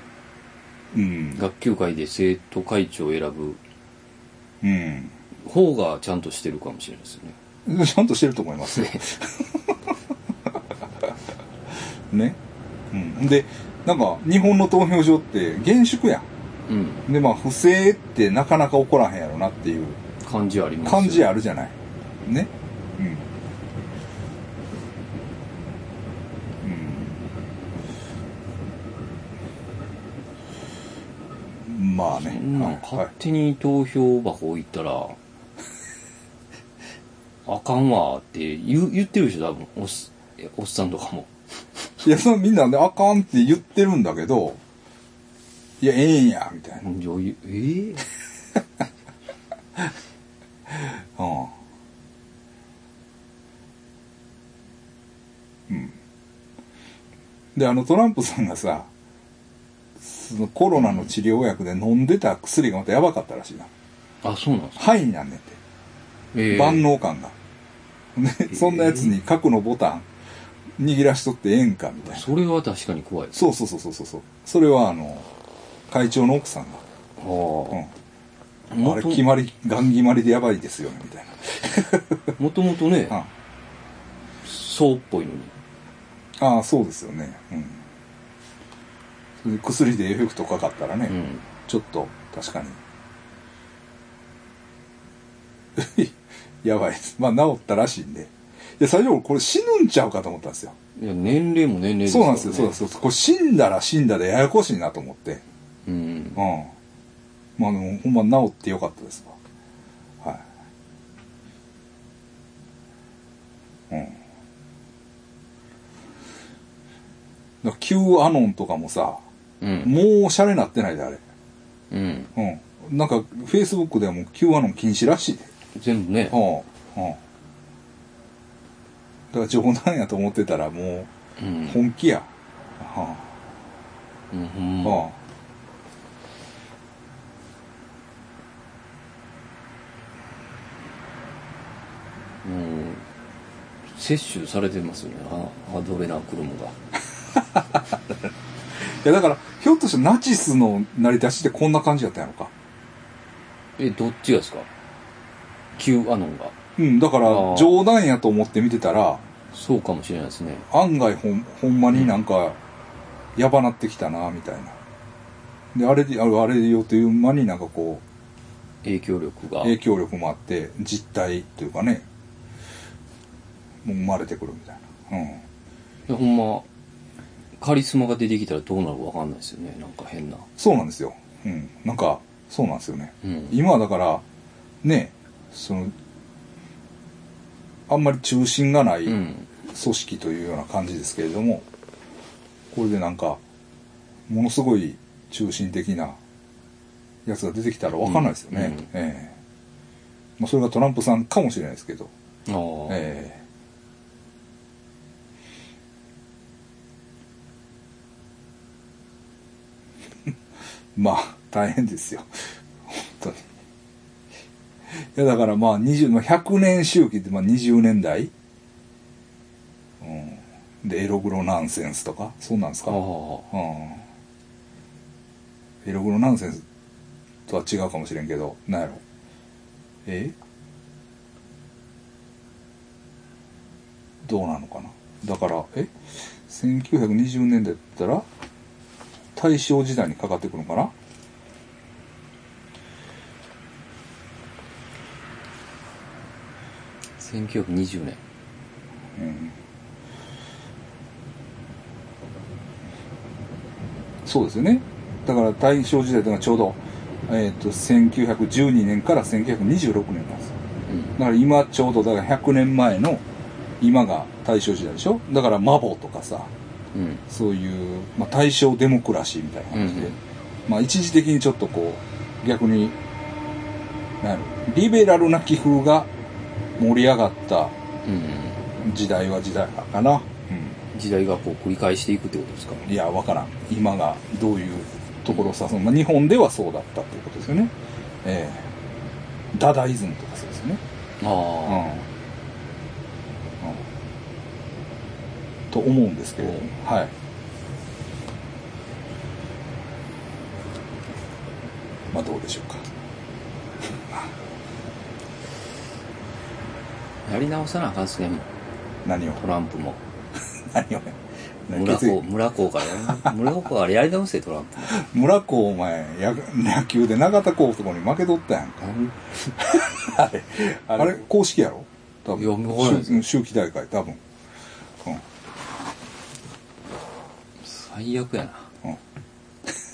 [SPEAKER 1] うん
[SPEAKER 2] 学級会で生徒会長を選ぶ
[SPEAKER 1] うん、
[SPEAKER 2] 方がちゃんとしてるかもしれないですよね
[SPEAKER 1] ちゃんとしてると思います
[SPEAKER 2] (laughs)
[SPEAKER 1] よ。ね、うん、でなんか日本の投票所って厳粛や
[SPEAKER 2] うん
[SPEAKER 1] んでまあ不正ってなかなか起こらへんやろなっていう
[SPEAKER 2] 感じありますよ
[SPEAKER 1] 感じあるじゃないねうんうんまあね
[SPEAKER 2] そんな
[SPEAKER 1] は
[SPEAKER 2] ん
[SPEAKER 1] いはい
[SPEAKER 2] 勝手に投票箱置いたら、 (laughs) あかんわーって言う言ってるでしょ多分おっえおっさんとかも
[SPEAKER 1] いや、そのみんなね、あかんって言ってるんだけど、いや、ええんや、みたいな。
[SPEAKER 2] 女優えー、
[SPEAKER 1] うん。うん。で、あの、トランプさんがさ、そのコロナの治療薬で飲んでた薬がまたやばかったらしいな。
[SPEAKER 2] あそうなんですか
[SPEAKER 1] 肺になんねんて。
[SPEAKER 2] えー
[SPEAKER 1] 万能感が。ね、そんなやつに核のボタン握らしとってええんか、みたいな。
[SPEAKER 2] それは確かに怖いです
[SPEAKER 1] そうそうそうそうそうそう。それは、あの、会長の奥さんが。
[SPEAKER 2] あ
[SPEAKER 1] う
[SPEAKER 2] ー
[SPEAKER 1] ん。あ
[SPEAKER 2] も
[SPEAKER 1] れ
[SPEAKER 2] と
[SPEAKER 1] 決まり、ガン決まりでやばいですよね、みたい
[SPEAKER 2] もともとね
[SPEAKER 1] な。
[SPEAKER 2] そうっぽいのに。
[SPEAKER 1] ああそうですよねうんそれで薬でエフェクトかかったらね、
[SPEAKER 2] うん。
[SPEAKER 1] ちょっと確かに (laughs) やばいですまあ治ったらしいんでいや最初俺これ死ぬんちゃうかと思ったんですよ
[SPEAKER 2] いや、年齢も年齢です
[SPEAKER 1] そ
[SPEAKER 2] か
[SPEAKER 1] うな
[SPEAKER 2] ら
[SPEAKER 1] ん
[SPEAKER 2] ね
[SPEAKER 1] ですよそうなんですよこれ死んだら死んだでややこしいなと思って
[SPEAKER 2] うん。
[SPEAKER 1] うんまあでもほんま治ってよかったですわはいうんだから Q アノンとかもさ
[SPEAKER 2] うん。
[SPEAKER 1] もうおしゃれなってないであれ
[SPEAKER 2] うん。
[SPEAKER 1] うん。なんか、フェイスブックではもう Q アノン禁止らしいで。
[SPEAKER 2] 全部ね
[SPEAKER 1] う。ん。うん。だから冗談やと思ってたらも
[SPEAKER 2] う。
[SPEAKER 1] うん本気や。は
[SPEAKER 2] うんほ
[SPEAKER 1] あ、
[SPEAKER 2] んま
[SPEAKER 1] は
[SPEAKER 2] うん。摂取されてますよね。あアドレナクロムが。
[SPEAKER 1] あ、いや、だから、ひょっとしてナチスの成り立ちってこんな感じやったんやろか。
[SPEAKER 2] え、どっちがですか ?Q アノンが。
[SPEAKER 1] うん。だから
[SPEAKER 2] ああ、
[SPEAKER 1] 冗談やと思って見てたら、
[SPEAKER 2] そうかもしれないですね。
[SPEAKER 1] 案外ほん、ほんまになんか、やばなってきたな、みたいな。で、あれで、あれあれでよという間になんかこう、
[SPEAKER 2] 影響力が。
[SPEAKER 1] 影響力もあって実態というかねもう生まれてくるみたいなうん
[SPEAKER 2] いやほんまカリスマが出てきたらどうなるかわかんないですよねなんか変な
[SPEAKER 1] そうなんですようんなんかそうなんですよね
[SPEAKER 2] うん
[SPEAKER 1] 今はだからねそのあんまり中心がない組
[SPEAKER 2] ん
[SPEAKER 1] 織というような感じですけれども、これでなんかものすごい中心的なやつが出てきたらわかんないですよね、
[SPEAKER 2] うんうん
[SPEAKER 1] ええまあ、それがトランプさんかもしれないですけど
[SPEAKER 2] ああ、
[SPEAKER 1] ええ (laughs) まあ大変ですよ本当にいやだからまあ20まあ100年周期ってまあ20年代、うん、でエログロナンセンスとかそうなんですか、うん、
[SPEAKER 2] あ
[SPEAKER 1] エログロナンセンスとは違うかもしれんけどなんやろえどうなのかなだからえ1920年代だったら大正時代にかかってくるのかな
[SPEAKER 2] あ1920年
[SPEAKER 1] うんそうですよねだから大正時代というのはちょうど、えー、と1912年から1926年なんですよ
[SPEAKER 2] うん
[SPEAKER 1] だから今ちょうどだから100年前の今が大正時代でしょだからマボとかさ
[SPEAKER 2] うん
[SPEAKER 1] そういう、まあ、大正デモクラシーみたいな感じで、
[SPEAKER 2] うんうん
[SPEAKER 1] まあ、一時的にちょっとこう逆になんやろリベラルな気風が盛り上がった
[SPEAKER 2] うん
[SPEAKER 1] 時代は時代だかな、
[SPEAKER 2] 時代がこう繰り返していくってことですか
[SPEAKER 1] いやわからん今がどういうところを指すの、まあ、日本ではそうだったということですよねええダダイズムとかそうですよねうん、
[SPEAKER 2] ああ、
[SPEAKER 1] うんと思うんですけれどもはいまあどうでしょうか
[SPEAKER 2] やり直さなあかんっすねもう
[SPEAKER 1] 何を (laughs)
[SPEAKER 2] トランプも
[SPEAKER 1] 何をね
[SPEAKER 2] 村
[SPEAKER 1] 血液
[SPEAKER 2] 子村子からや
[SPEAKER 1] (laughs)
[SPEAKER 2] 村子からやり直せトランプ
[SPEAKER 1] 村子お前野野球で永田高とかに負けとったやんか
[SPEAKER 2] なん
[SPEAKER 1] あれ公式やろ多
[SPEAKER 2] いやわからない
[SPEAKER 1] 分
[SPEAKER 2] で
[SPEAKER 1] 秋
[SPEAKER 2] す
[SPEAKER 1] 秋季大会多分う
[SPEAKER 2] 最悪やなん
[SPEAKER 1] うん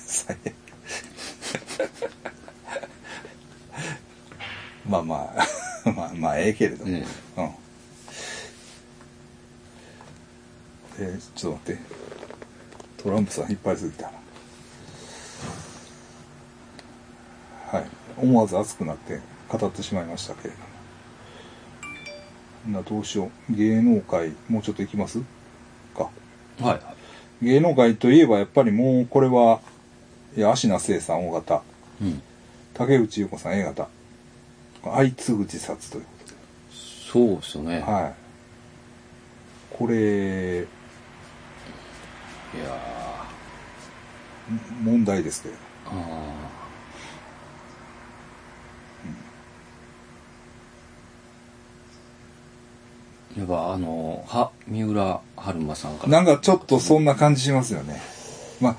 [SPEAKER 1] 最悪まあまあ (laughs) まあまあええけれども、
[SPEAKER 2] え
[SPEAKER 1] うんえーちょっと待ってトランプさん引っ張りすぎたなはい思わず熱くなって語ってしまいましたけれどもなどうしよう芸能界もうちょっと行きますか
[SPEAKER 2] えはいは
[SPEAKER 1] 芸能界といえばやっぱりもうこれはいや芦名聖さん O 型
[SPEAKER 2] いうん
[SPEAKER 1] 竹内優子さん A 型相次ぐ自殺ということで
[SPEAKER 2] そうっすよね、
[SPEAKER 1] はい。これ、
[SPEAKER 2] い、やー
[SPEAKER 1] 問題ですけど。
[SPEAKER 2] ああ、やっば、あの、は、三浦春馬さんから。
[SPEAKER 1] なんかちょっとそんな感じしますよね。まあ、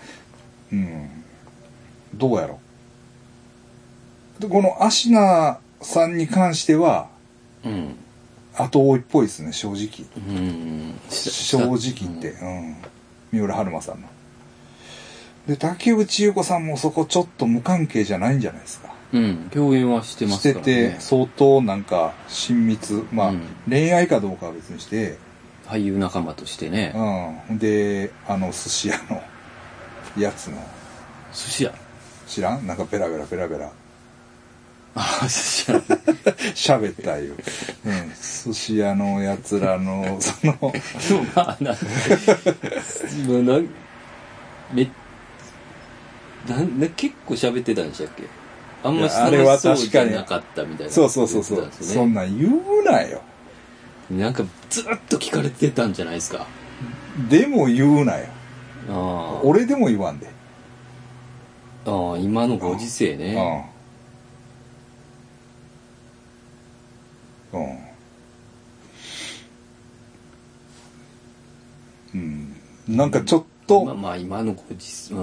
[SPEAKER 1] うん。どうやろう。で、このアシナさんに関しては、
[SPEAKER 2] うん。
[SPEAKER 1] 後追いっぽいですね、正直。
[SPEAKER 2] うん。
[SPEAKER 1] 正直言って、うん。三浦春馬さんの。で、竹内優子さんもそこちょっと無関係じゃないんじゃないですか。
[SPEAKER 2] うん。共演はしてま
[SPEAKER 1] し
[SPEAKER 2] す
[SPEAKER 1] て
[SPEAKER 2] からね。
[SPEAKER 1] て、相当なんか親密。まあ、
[SPEAKER 2] うん
[SPEAKER 1] 恋愛かどうかは別にして、
[SPEAKER 2] 俳優仲間としてね。
[SPEAKER 1] うん。で、あの寿司屋のやつの、
[SPEAKER 2] 寿司屋。
[SPEAKER 1] 知らんなんかペラペラペラペラ
[SPEAKER 2] あ、寿司屋。
[SPEAKER 1] 喋った
[SPEAKER 2] (laughs)
[SPEAKER 1] いう、うん、寿司屋のやつらのそ
[SPEAKER 2] (laughs)
[SPEAKER 1] の
[SPEAKER 2] まあ、な、まあなん、め、なん、な、結構喋ってたんでしたっけあんま
[SPEAKER 1] いやあれは
[SPEAKER 2] 楽しそう
[SPEAKER 1] 確
[SPEAKER 2] じ
[SPEAKER 1] か
[SPEAKER 2] ゃ
[SPEAKER 1] に
[SPEAKER 2] なかったみたいな。
[SPEAKER 1] そうそうそうそ
[SPEAKER 2] 言っ
[SPEAKER 1] う、
[SPEAKER 2] てたんです
[SPEAKER 1] そ
[SPEAKER 2] よ
[SPEAKER 1] ん
[SPEAKER 2] ね。
[SPEAKER 1] なん言うなよ
[SPEAKER 2] なんか、ずっと聞かれてたんじゃないですか。
[SPEAKER 1] でも言うなよ
[SPEAKER 2] ああ。
[SPEAKER 1] 俺でも言わんで、
[SPEAKER 2] ああ、今のご時世ね。
[SPEAKER 1] うんうんうんなんかちょっと、
[SPEAKER 2] まあ、まあ、今のご時世。あ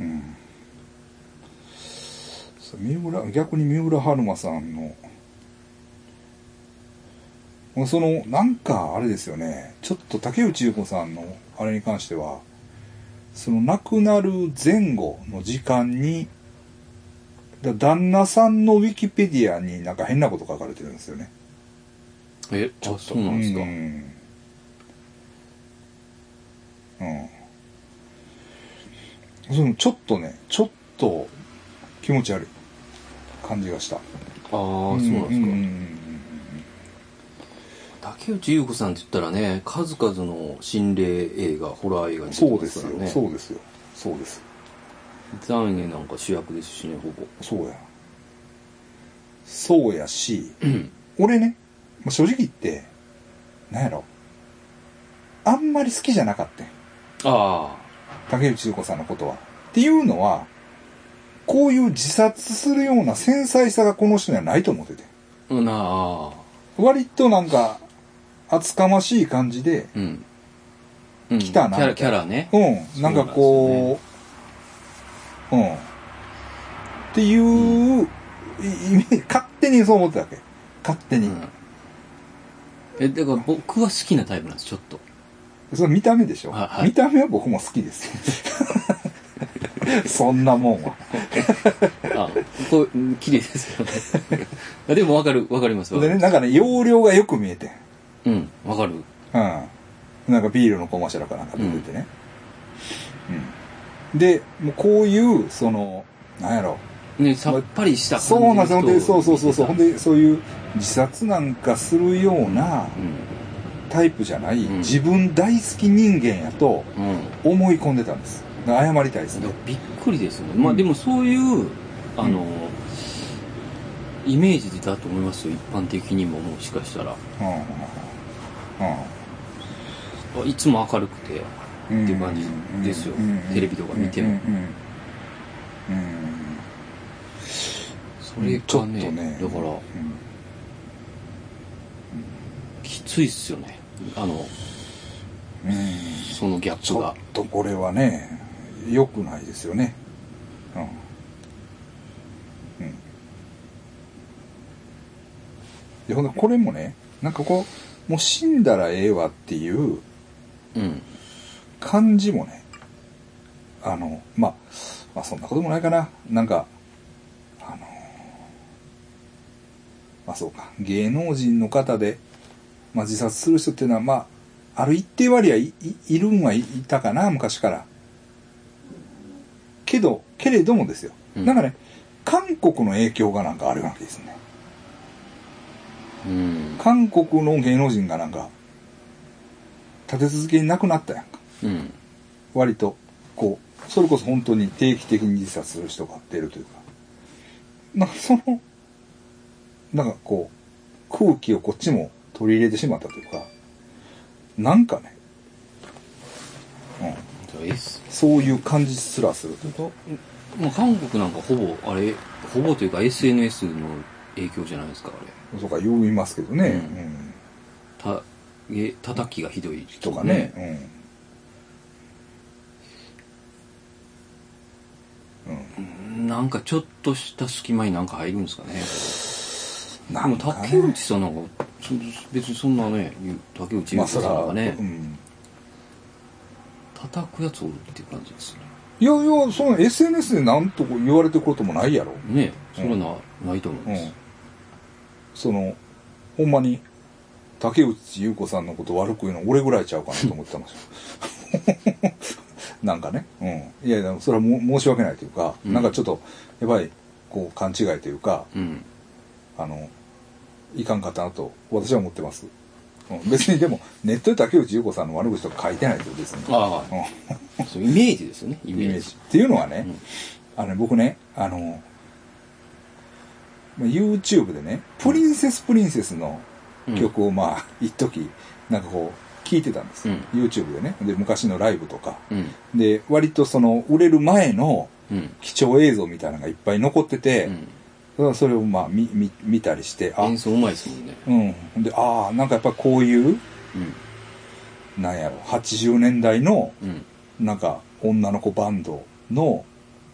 [SPEAKER 1] うんそう三浦逆に三浦春馬さんのもうそのなんかあれですよねちょっと竹内優子さんのあれに関してはその亡くなる前後の時間にだ旦那さんのウィキペディアになんか変なこと書かれてるんですよね
[SPEAKER 2] あえ、ちょっと。そうなんですか。
[SPEAKER 1] うんうんそのちょっとねちょっと気持ち悪い感じがしたあ
[SPEAKER 2] ああ、そうなんですか。
[SPEAKER 1] で
[SPEAKER 2] 竹内優子さんって言ったらね数々の心霊映画ホラー映画に
[SPEAKER 1] すか、そ
[SPEAKER 2] 出て
[SPEAKER 1] うで
[SPEAKER 2] ます
[SPEAKER 1] す
[SPEAKER 2] から
[SPEAKER 1] よ、
[SPEAKER 2] ね
[SPEAKER 1] そうですよそうです
[SPEAKER 2] 残影なんか主役ですしねほぼ
[SPEAKER 1] そうやそうやし、俺ねまあ正直言ってなんやろあんまり好きじゃなかったん
[SPEAKER 2] あ
[SPEAKER 1] 竹内優子さんのことは。っていうのは、こういう自殺するような繊細さがこの人にはないと思ってて。
[SPEAKER 2] あなあ
[SPEAKER 1] 割となんか、厚かましい感じで、
[SPEAKER 2] うん、うん、
[SPEAKER 1] 来たな
[SPEAKER 2] キャラキャラね
[SPEAKER 1] うん、なんかこう、うん。っていう、いイメージ勝手にそう思ってたわけ。勝手に。
[SPEAKER 2] うんえだから僕は好きなタイプなんですちょっと
[SPEAKER 1] それ見た目でしょ、
[SPEAKER 2] はいはい
[SPEAKER 1] 見た目は僕も好きです (laughs) よ。そんなもんは。
[SPEAKER 2] あここうん綺麗ですよねあでも分かる分かりますわか
[SPEAKER 1] で
[SPEAKER 2] る
[SPEAKER 1] ね、なんかね、容量がよく見えてん。
[SPEAKER 2] うん分かる
[SPEAKER 1] うん。なんかビールのコマーシャルかなんか出ててね。うん。で、もうこういう、その、なんやろ。
[SPEAKER 2] ねさっぱりした
[SPEAKER 1] そ
[SPEAKER 2] 感
[SPEAKER 1] う
[SPEAKER 2] じ
[SPEAKER 1] なんですよ。ほんで、そうそうそうそう。ほん
[SPEAKER 2] 本当
[SPEAKER 1] で、そういう自殺なんかするようなタイプじゃない、
[SPEAKER 2] うん
[SPEAKER 1] 自分大好き人間やと
[SPEAKER 2] うん、うん
[SPEAKER 1] 思い込んでたんです。だから謝りたいです
[SPEAKER 2] だ
[SPEAKER 1] ね
[SPEAKER 2] か。らびっくりですよね、ま
[SPEAKER 1] う
[SPEAKER 2] あ
[SPEAKER 1] ん
[SPEAKER 2] でもそういうあの、イメージだと思いますよ一般的にももしかしたら
[SPEAKER 1] うん。うん。
[SPEAKER 2] あいつも明るくて
[SPEAKER 1] うん
[SPEAKER 2] っていう感じですよテレビとか見ても
[SPEAKER 1] うんうんうんうん
[SPEAKER 2] それ
[SPEAKER 1] ちょ
[SPEAKER 2] が
[SPEAKER 1] っと
[SPEAKER 2] ね
[SPEAKER 1] ね
[SPEAKER 2] だから
[SPEAKER 1] うん
[SPEAKER 2] きついっすよねあの
[SPEAKER 1] うん
[SPEAKER 2] そのギャ
[SPEAKER 1] ち
[SPEAKER 2] ッ
[SPEAKER 1] ょ
[SPEAKER 2] プ
[SPEAKER 1] っ
[SPEAKER 2] が
[SPEAKER 1] とこれはね、良くないですよね。うん。うん。で、ほんで、これもね、なんかこう、もう死んだらええわっていう
[SPEAKER 2] うん
[SPEAKER 1] 感じもね、あの、まあ、まあ、そんなこともないかな。なんか、あの、まあそうか、芸能人の方で、まあ自殺する人っていうのは、まあ、ある一定割合いいいるんはいいたかな、昔から。けど、けれどもですよ。
[SPEAKER 2] うん
[SPEAKER 1] なんかね、韓国の影響がなんかあるわけですね。
[SPEAKER 2] うん
[SPEAKER 1] 韓国の芸能人がなんか、立て続けに亡くなったやんか。
[SPEAKER 2] うん
[SPEAKER 1] 割とこうそれこそ本当に定期的に自殺する人が出るというかなんかそのなんかこう空気をこっちも取り入れてしまったというかなんかね、うん、
[SPEAKER 2] そうです
[SPEAKER 1] そういう感じすらするというか
[SPEAKER 2] もう韓国なんかほぼあれほぼというか SNS の影響じゃないですかあれ
[SPEAKER 1] そうか言いますけどね、
[SPEAKER 2] たえ叩きがひどい
[SPEAKER 1] とかねうん、
[SPEAKER 2] うんなんかちょっとした隙間になんか入るんですかね
[SPEAKER 1] うん、
[SPEAKER 2] でも竹内さんなんかそ別にそんなね竹内
[SPEAKER 1] まあそ
[SPEAKER 2] さん
[SPEAKER 1] ら、
[SPEAKER 2] なんかね、
[SPEAKER 1] うん、
[SPEAKER 2] 叩くやつおるっていう感じですね
[SPEAKER 1] いやいやその SNS で何とか言われてることもないやろ、
[SPEAKER 2] ねそれはな,、ないと思うん
[SPEAKER 1] う
[SPEAKER 2] です、
[SPEAKER 1] ん、そのほんまに竹内優子さんのこと悪く言うの俺ぐらいちゃうかなと思ってたんですよ (laughs) なんかね、うん、いやいやそれはも申し訳ないというか、
[SPEAKER 2] うん
[SPEAKER 1] なんかちょっとやばいこう勘違いというか
[SPEAKER 2] うん
[SPEAKER 1] あのいかんかったなと私は思ってます、うん、別にでもネットで竹内優子さんの悪口とか書いてないと別に、
[SPEAKER 2] ああ、
[SPEAKER 1] う
[SPEAKER 2] そうイメージですよねイ
[SPEAKER 1] ん、
[SPEAKER 2] メ
[SPEAKER 1] イ
[SPEAKER 2] ー
[SPEAKER 1] メ
[SPEAKER 2] ジ
[SPEAKER 1] ージっていうのはね、
[SPEAKER 2] うん
[SPEAKER 1] あのね僕ね、あの、まあ YouTube でね、プリンセスプリンセスの曲をまあ、一時、なんかこう、聞いてたんです、
[SPEAKER 2] うん
[SPEAKER 1] YouTube でね。で、昔のライブとか。
[SPEAKER 2] うん
[SPEAKER 1] で、割とその、売れる前の
[SPEAKER 2] うん
[SPEAKER 1] 貴重映像みたいなのがいっぱい残ってて、それをまあ、見、見、見たりして、
[SPEAKER 2] う
[SPEAKER 1] あ
[SPEAKER 2] ん、演、奏うまいですもんね
[SPEAKER 1] うん。で、ああ、なんかやっぱこういう、
[SPEAKER 2] う
[SPEAKER 1] なんやろ、80年代の、
[SPEAKER 2] んうん
[SPEAKER 1] なんか、女の子バンドの、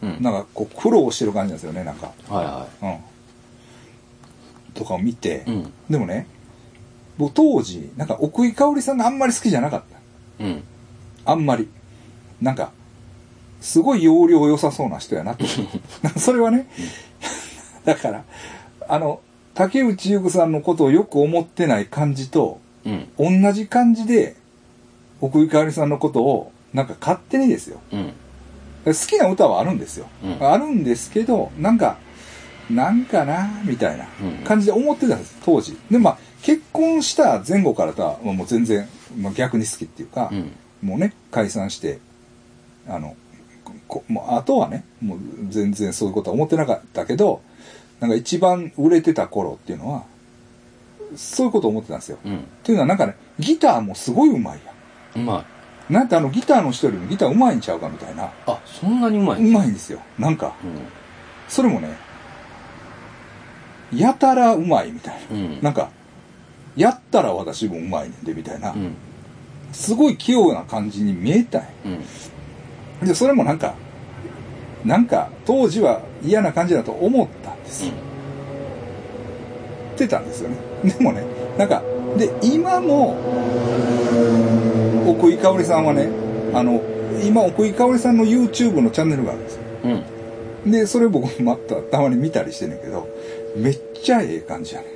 [SPEAKER 2] うん
[SPEAKER 1] なんかこう、苦労してる感じなんですよね、なんか。
[SPEAKER 2] はいは
[SPEAKER 1] うん、とかを見て、
[SPEAKER 2] いうん
[SPEAKER 1] でもね僕当時なんか奥井香織さんがあんまり好きじゃなかっ
[SPEAKER 2] うん
[SPEAKER 1] たあんまりなんかすごい容量良さそうな人やな
[SPEAKER 2] (laughs)
[SPEAKER 1] と思うそれはね、だからあの竹内優子さんのことをよく思ってない感じと
[SPEAKER 2] うん
[SPEAKER 1] 同じ感じで奥井香織さんのことをなんか勝手にですよ
[SPEAKER 2] うん
[SPEAKER 1] 好きな歌はあるんですよ、
[SPEAKER 2] うん
[SPEAKER 1] あるんですけどなんかなんかなみたいな
[SPEAKER 2] うん
[SPEAKER 1] 感じで思ってたんです当時でまあ結婚した前後からとはもう全然、まあ、逆に好きっていうか、
[SPEAKER 2] うん
[SPEAKER 1] もうね解散してあのこもうあとはねもう全然そういうことは思ってなかったけどなんか一番売れてた頃っていうのはそういうことを思ってたんですよ、
[SPEAKER 2] うん
[SPEAKER 1] というのはなんかねギターもすごいうまいやん
[SPEAKER 2] うまい
[SPEAKER 1] なんてあのギターの人よりもギターうまいんちゃうかみたいな
[SPEAKER 2] あそんなにうまい、
[SPEAKER 1] うまいんですよなんかそれもねやたらうまいみたい
[SPEAKER 2] うんうん
[SPEAKER 1] ななんかやったら私もうまいねんでみたいな
[SPEAKER 2] うん
[SPEAKER 1] すごい器用な感じに見えたんや
[SPEAKER 2] うん
[SPEAKER 1] でそれもなんかなんか当時は嫌な感じだと思ったんですよ言ってたんですよねでもねなんかで今も奥井香織さんはねあの今奥井香織さんの YouTube のチャンネルがあるんですよ
[SPEAKER 2] うんうん
[SPEAKER 1] で、それ僕またたまに見たりしてんねんけど、めっちゃええ感じやね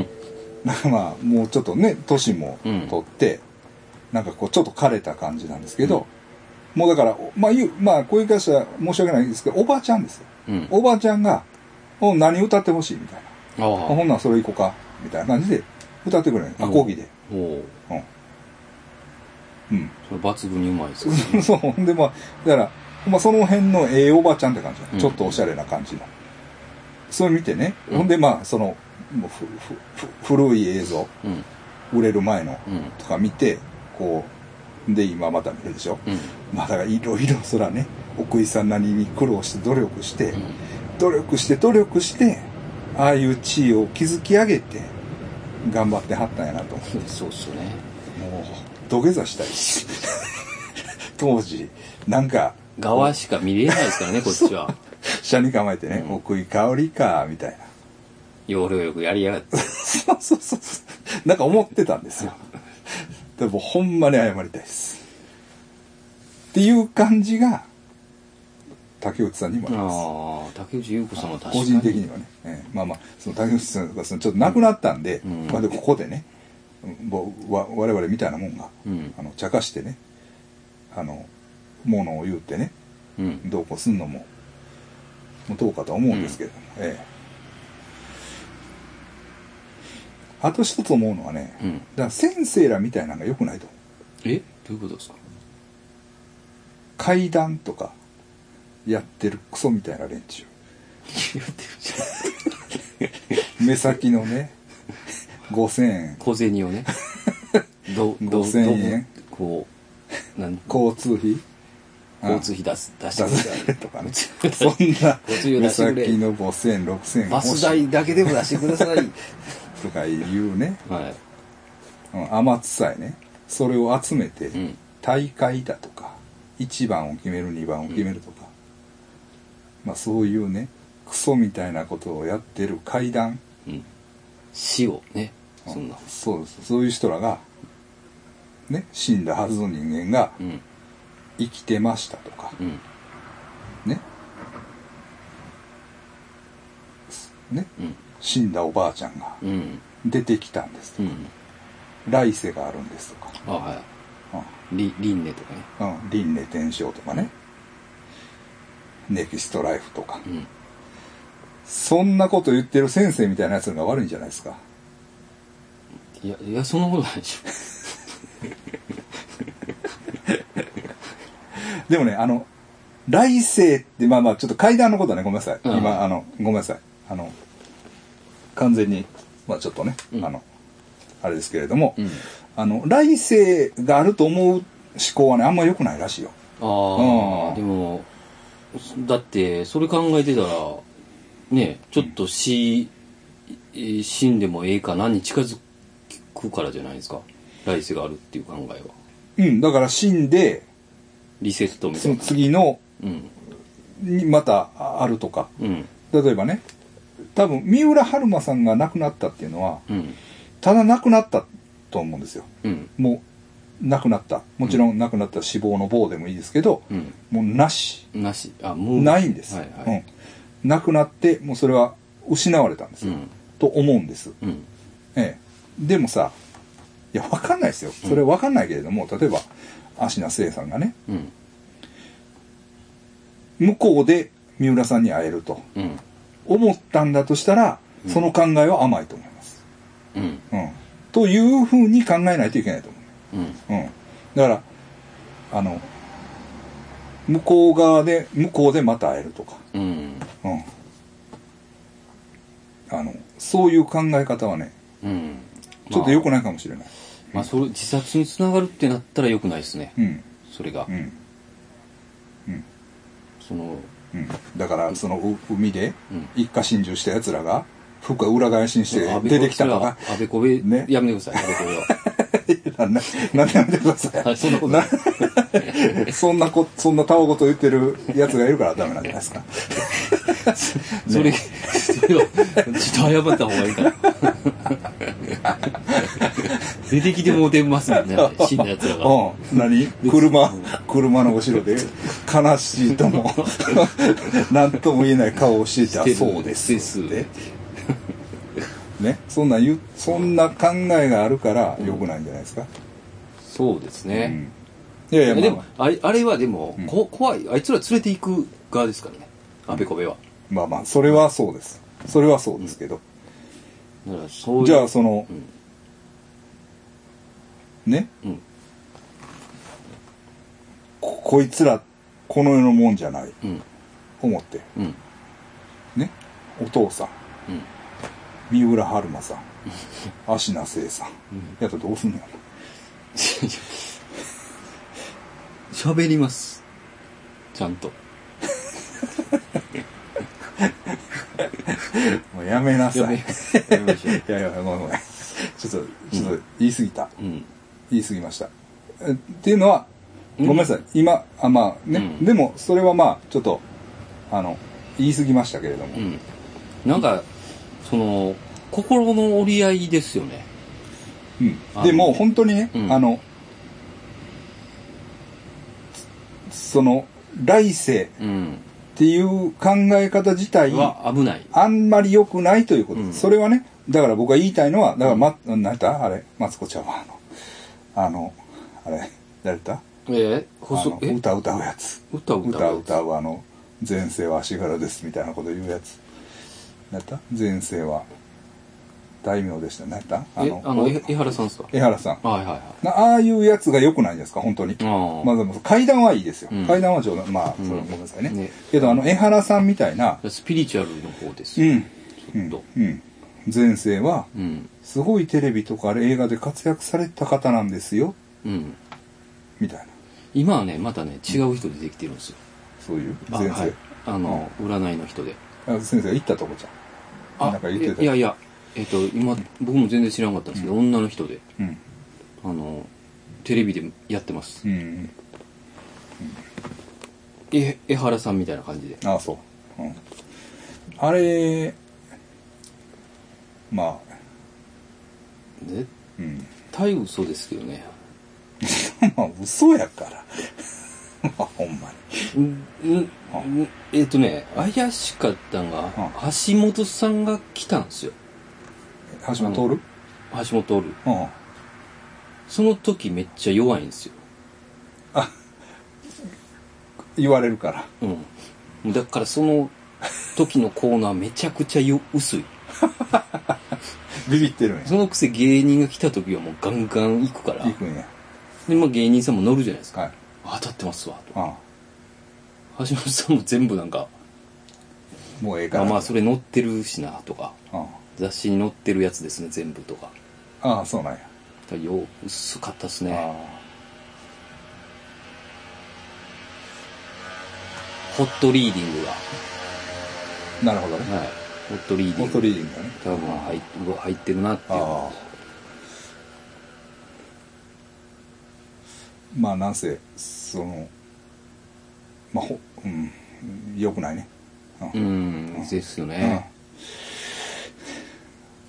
[SPEAKER 1] ん。 (laughs) なんかまあ、もうちょっとね、年も取って、なんかこう、ちょっと枯れた感じなんですけど、もうだから、まあ言う、まあ、こういう会社申し訳ないんですけど、おばあちゃんですよ。
[SPEAKER 2] うん
[SPEAKER 1] おばあちゃんが、お何歌ってほしいみたいな。
[SPEAKER 2] ああ
[SPEAKER 1] あほんならそれ行こうか、みたいな感じで、歌ってくれるの。アコギで。
[SPEAKER 2] おお
[SPEAKER 1] うん。うん。
[SPEAKER 2] それ抜群にうまいです
[SPEAKER 1] (laughs) そうそう、ほんで、まあ、だから、まあ、その辺のええおばちゃんって感じ、
[SPEAKER 2] うん
[SPEAKER 1] ちょっとおしゃれな感じの。それ見てね、
[SPEAKER 2] うん
[SPEAKER 1] ほんで、まあ、その、もうふふふ古い映像、
[SPEAKER 2] うん
[SPEAKER 1] 売れる前の
[SPEAKER 2] うん
[SPEAKER 1] とか見て、こう、で、今また見るでしょ。
[SPEAKER 2] うん
[SPEAKER 1] まあ、だから、いろいろ、そらね、奥井さんなりに苦労して、努力して、努力して、努力して、ああいう地位を築き上げて、頑張ってはったんやなと思って
[SPEAKER 2] うんそうっすよね
[SPEAKER 1] もう、土下座したい (laughs) し。当時、なんか、
[SPEAKER 2] 側しか見れないですからねこっちは
[SPEAKER 1] 下に構えてね、奥井香りか、みたいな。
[SPEAKER 2] 要領よくやりやがって
[SPEAKER 1] そうそうそうそう。なんか思ってたんですよ。でも、ほんまに謝りたいです。っていう感じが、竹内さんにもあります。
[SPEAKER 2] ああ竹内優子さんは確か
[SPEAKER 1] 個
[SPEAKER 2] に
[SPEAKER 1] 人的にはね。ええまあまあ、その竹内さんがそのちょっと亡くなったんで、
[SPEAKER 2] うん
[SPEAKER 1] まあでここでね、うんぼわ我々みたいなもんが、
[SPEAKER 2] うん
[SPEAKER 1] あの、茶化してね、あの、ものを言うてね、
[SPEAKER 2] うん
[SPEAKER 1] どうこうすんのも、もうどうかとは思うんですけれども、ええ。あと一つ思うのはね、
[SPEAKER 2] う
[SPEAKER 1] だか
[SPEAKER 2] ん
[SPEAKER 1] ら先生らみたいなのが良くないと思う。
[SPEAKER 2] えどういうことですか
[SPEAKER 1] 階段とか、やってるクソみたいな連中。目先の
[SPEAKER 2] (laughs)
[SPEAKER 1] ね、5000円、
[SPEAKER 2] 小銭 (laughs) をねどど
[SPEAKER 1] 5000円
[SPEAKER 2] どこうなん
[SPEAKER 1] 交通費、
[SPEAKER 2] 交通費出す出し
[SPEAKER 1] 出
[SPEAKER 2] て
[SPEAKER 1] せ
[SPEAKER 2] ください
[SPEAKER 1] とか
[SPEAKER 2] (laughs)
[SPEAKER 1] ね。そんな
[SPEAKER 2] 交通、費
[SPEAKER 1] 目
[SPEAKER 2] 出してくれ
[SPEAKER 1] 先の5000円、6000円
[SPEAKER 2] バス代だけでも出してください
[SPEAKER 1] とか言うね。
[SPEAKER 2] はい
[SPEAKER 1] うん、天津さえねそれを集めて
[SPEAKER 2] うん
[SPEAKER 1] 大会だとか1番を決める2番を決めるとか、まあそういうねクソみたいなことをやってる階段
[SPEAKER 2] うん死をねそんな
[SPEAKER 1] そうですそういう人らが、ね、死んだはずの人間が
[SPEAKER 2] うん
[SPEAKER 1] 生きてましたとか、
[SPEAKER 2] うん
[SPEAKER 1] ねね
[SPEAKER 2] うん
[SPEAKER 1] 死んだおばあちゃんが
[SPEAKER 2] うん
[SPEAKER 1] 出てきたんですと
[SPEAKER 2] う
[SPEAKER 1] か、
[SPEAKER 2] ん
[SPEAKER 1] 来世があるんですとか、
[SPEAKER 2] あは
[SPEAKER 1] う
[SPEAKER 2] いり輪廻とかね
[SPEAKER 1] んうん、輪廻転生とかねネキストライフとか、
[SPEAKER 2] うん
[SPEAKER 1] そんなこと言ってる先生みたいなやつのが悪いんじゃないですか
[SPEAKER 2] いやいやそんなことないでし
[SPEAKER 1] でもねあの来世ってまあまあちょっと階段のことはねごめんなさい、
[SPEAKER 2] うん
[SPEAKER 1] 今あのごめんなさいあの完全にまあちょっとね、
[SPEAKER 2] うん
[SPEAKER 1] あのあれですけれども、
[SPEAKER 2] ょうん
[SPEAKER 1] あの来世があると思う思考はねあんま良くないらしいよ
[SPEAKER 2] あ
[SPEAKER 1] う
[SPEAKER 2] あ
[SPEAKER 1] ん
[SPEAKER 2] でもだってそれ考えてたらねちょっと死、え死んでもええかなに近づくからじゃないですか来世があるっていう考えは
[SPEAKER 1] うんだから死んで
[SPEAKER 2] リセットみた
[SPEAKER 1] そ
[SPEAKER 2] い
[SPEAKER 1] の
[SPEAKER 2] な
[SPEAKER 1] 次の
[SPEAKER 2] うん
[SPEAKER 1] にまたあるとか
[SPEAKER 2] うん
[SPEAKER 1] 例えばね多分三浦春馬さんが亡くなったっていうのは
[SPEAKER 2] うん
[SPEAKER 1] ただ亡くなったと思うんですよ
[SPEAKER 2] うん
[SPEAKER 1] もう亡くなったもちろん亡くなった死亡の棒でもいいですけど、
[SPEAKER 2] うん
[SPEAKER 1] もうなし
[SPEAKER 2] なしあもう
[SPEAKER 1] ないんです、
[SPEAKER 2] はいはい
[SPEAKER 1] うん、なくなってもうそれは失われたんです
[SPEAKER 2] う
[SPEAKER 1] よ、
[SPEAKER 2] ん
[SPEAKER 1] と思うんです、
[SPEAKER 2] うん
[SPEAKER 1] ええ、でもさいや分かんないですよそれは分かんないけれども、例えば芦名聖さんがね
[SPEAKER 2] うん
[SPEAKER 1] 向こうで三浦さんに会えると
[SPEAKER 2] うん
[SPEAKER 1] 思ったんだとしたら、
[SPEAKER 2] うん
[SPEAKER 1] その考えは甘いと思います、
[SPEAKER 2] うん
[SPEAKER 1] うん、というふうに考えないといけないと思う
[SPEAKER 2] うん
[SPEAKER 1] うん、だからあの向こう側で向こうでまた会えるとか、
[SPEAKER 2] うん
[SPEAKER 1] うん、あのそういう考え方はね
[SPEAKER 2] うん
[SPEAKER 1] ちょっと良くないかもしれない、
[SPEAKER 2] まあそれ自殺につながるってなったら良くないですね
[SPEAKER 1] うん
[SPEAKER 2] それが
[SPEAKER 1] うん
[SPEAKER 2] その
[SPEAKER 1] うん、だからそのう海で
[SPEAKER 2] うん
[SPEAKER 1] 一家心中した奴らが服は裏返しにして出てきたとか
[SPEAKER 2] 安倍こべ、
[SPEAKER 1] ね
[SPEAKER 2] やめてください、安倍こべは。
[SPEAKER 1] (laughs) 何でやめてくださ
[SPEAKER 2] はいいそんなことな
[SPEAKER 1] (laughs)
[SPEAKER 2] い。
[SPEAKER 1] そんなこそんなたわごと言ってる奴がいるからダメなんじゃないですか
[SPEAKER 2] それ、それは、ちょっと謝った方がいいから。
[SPEAKER 1] (laughs)
[SPEAKER 2] 出てきてもうてますもんね、死んだ奴らが。
[SPEAKER 1] うん、何車、車の後ろで、悲しいと
[SPEAKER 2] (laughs)
[SPEAKER 1] も、なんとも言えない顔をしてた
[SPEAKER 2] してる
[SPEAKER 1] そうです。
[SPEAKER 2] です
[SPEAKER 1] ってね、そんな言う、そんな考えがあるから、良くないんじゃないですか。
[SPEAKER 2] そうです
[SPEAKER 1] う
[SPEAKER 2] ね
[SPEAKER 1] ん。いやいや、
[SPEAKER 2] でも
[SPEAKER 1] まあ、
[SPEAKER 2] あれあれはでも、
[SPEAKER 1] ん
[SPEAKER 2] こ怖い。あいつら連れて行く側ですからね、安倍こべは。
[SPEAKER 1] まあ、まあまあ、それはそうです。それはそうですけど。
[SPEAKER 2] だからそういう。
[SPEAKER 1] じゃあ、その、ね、
[SPEAKER 2] うん、
[SPEAKER 1] ここいつら、この世のもんじゃない、
[SPEAKER 2] うん、
[SPEAKER 1] 思って、
[SPEAKER 2] うん、
[SPEAKER 1] ね、お父さん、
[SPEAKER 2] うん。
[SPEAKER 1] 三浦春馬さん、芦名聖さん、やったらどうすんのやろ。
[SPEAKER 2] 喋ります。ちゃんと。
[SPEAKER 1] もうやめな
[SPEAKER 2] や
[SPEAKER 1] さ
[SPEAKER 2] め、
[SPEAKER 1] い。
[SPEAKER 2] や
[SPEAKER 1] い
[SPEAKER 2] めましょう。
[SPEAKER 1] やいや、ごめんごめん。ちょっと、ちょっと言い過ぎた。
[SPEAKER 2] うん。
[SPEAKER 1] 言い過ぎました。えっていうのは、ごめんなさい。今、あまあね、
[SPEAKER 2] うん
[SPEAKER 1] でも、それはまあ、ちょっと、あの、言い過ぎましたけれども。
[SPEAKER 2] うん、なんかその心の折り合いですよね
[SPEAKER 1] うん
[SPEAKER 2] あの
[SPEAKER 1] でも、本当にね、
[SPEAKER 2] うん
[SPEAKER 1] あの、つその、来世っ
[SPEAKER 2] うん
[SPEAKER 1] ていう考え方自体、
[SPEAKER 2] は危ない
[SPEAKER 1] あんまり良くないということ、
[SPEAKER 2] うん
[SPEAKER 1] それはね、だから僕が言いたいのは、だから、ま、何やったあれ、マツコちゃんは、あの、あの、あれ、誰だった
[SPEAKER 2] えー、
[SPEAKER 1] あ
[SPEAKER 2] 細
[SPEAKER 1] の
[SPEAKER 2] え
[SPEAKER 1] 歌歌うやつ。
[SPEAKER 2] 歌歌
[SPEAKER 1] 歌歌うあの、前世は足柄ですみたいなこと言うやつ。何やった前世は大名でした。何やったあ
[SPEAKER 2] え
[SPEAKER 1] の、
[SPEAKER 2] あのえ江原さんですか
[SPEAKER 1] 江原さん。
[SPEAKER 2] はいはいは
[SPEAKER 1] なああいうやつが良くないんですか、本当に。
[SPEAKER 2] いああ、
[SPEAKER 1] まあでも、階段はいいですよ。
[SPEAKER 2] うん
[SPEAKER 1] 階段は冗談。まあ、そ
[SPEAKER 2] うん
[SPEAKER 1] れはごめんなさいね。
[SPEAKER 2] ね
[SPEAKER 1] けど、あの、江原さんみたいな、
[SPEAKER 2] スピリチュアルの方です
[SPEAKER 1] う
[SPEAKER 2] よ
[SPEAKER 1] ん、う
[SPEAKER 2] ちょ
[SPEAKER 1] ん
[SPEAKER 2] っ、
[SPEAKER 1] うん。前世は、
[SPEAKER 2] とうん
[SPEAKER 1] すごいテレビとか映画で活躍された方なんですよ、
[SPEAKER 2] うん
[SPEAKER 1] みたいな。
[SPEAKER 2] 今はねまたね違う人出てきてるんですよ
[SPEAKER 1] そういう
[SPEAKER 2] あ
[SPEAKER 1] 先生。
[SPEAKER 2] はいあの占いの人で
[SPEAKER 1] あ先生が行ったとこじゃん。なんか言って
[SPEAKER 2] え
[SPEAKER 1] た。
[SPEAKER 2] いやいやえっ、と今僕も全然知らなかったんですけど、女の人で
[SPEAKER 1] うん。
[SPEAKER 2] あの、テレビでやってます。
[SPEAKER 1] うん。
[SPEAKER 2] え、江原さんみたいな感じで。
[SPEAKER 1] ああ、そう。うん。あれ、まあ、
[SPEAKER 2] 絶
[SPEAKER 1] うん。 (laughs)
[SPEAKER 2] 対嘘ですけどね。
[SPEAKER 1] まあ、嘘やから。 (laughs) まあ、ほんまに。
[SPEAKER 2] うんうんうんえっ、とね、怪しかったんが、橋本さんが来たんですよ。
[SPEAKER 1] 橋本通る
[SPEAKER 2] 橋本おる。
[SPEAKER 1] うん。あ、
[SPEAKER 2] その時めっちゃ弱いんですよ。
[SPEAKER 1] 言われるから。
[SPEAKER 2] うん。だからその時のコーナーめちゃくちゃよ薄い。
[SPEAKER 1] ビビってるんや。
[SPEAKER 2] そのくせ芸人が来た時はもうガンガン行くから
[SPEAKER 1] 行。くんや。
[SPEAKER 2] で、まあ芸人さんも乗るじゃないですか。
[SPEAKER 1] はい。
[SPEAKER 2] あ当たってますわ、と。
[SPEAKER 1] ああ
[SPEAKER 2] 橋本さんも全部なんか、
[SPEAKER 1] もうええか
[SPEAKER 2] あ
[SPEAKER 1] ら。
[SPEAKER 2] まあそれ載ってるしな、とか。
[SPEAKER 1] あ
[SPEAKER 2] 雑誌に載ってるやつですね、全部とか。
[SPEAKER 1] あああ、そうなんや。
[SPEAKER 2] だからよ、薄かったっすね。
[SPEAKER 1] あ
[SPEAKER 2] ホットリーディングが。
[SPEAKER 1] あ。なるほどね。
[SPEAKER 2] はい。ホットリーディ
[SPEAKER 1] オ
[SPEAKER 2] ン
[SPEAKER 1] ート
[SPEAKER 2] グ。
[SPEAKER 1] リーディングだね。
[SPEAKER 2] 多分入っうわ入ってるなっていう。
[SPEAKER 1] ああ。まあ、なんせ、その、まあ、ほ、うん、良くないね。うん
[SPEAKER 2] うん、ですよね。
[SPEAKER 1] うん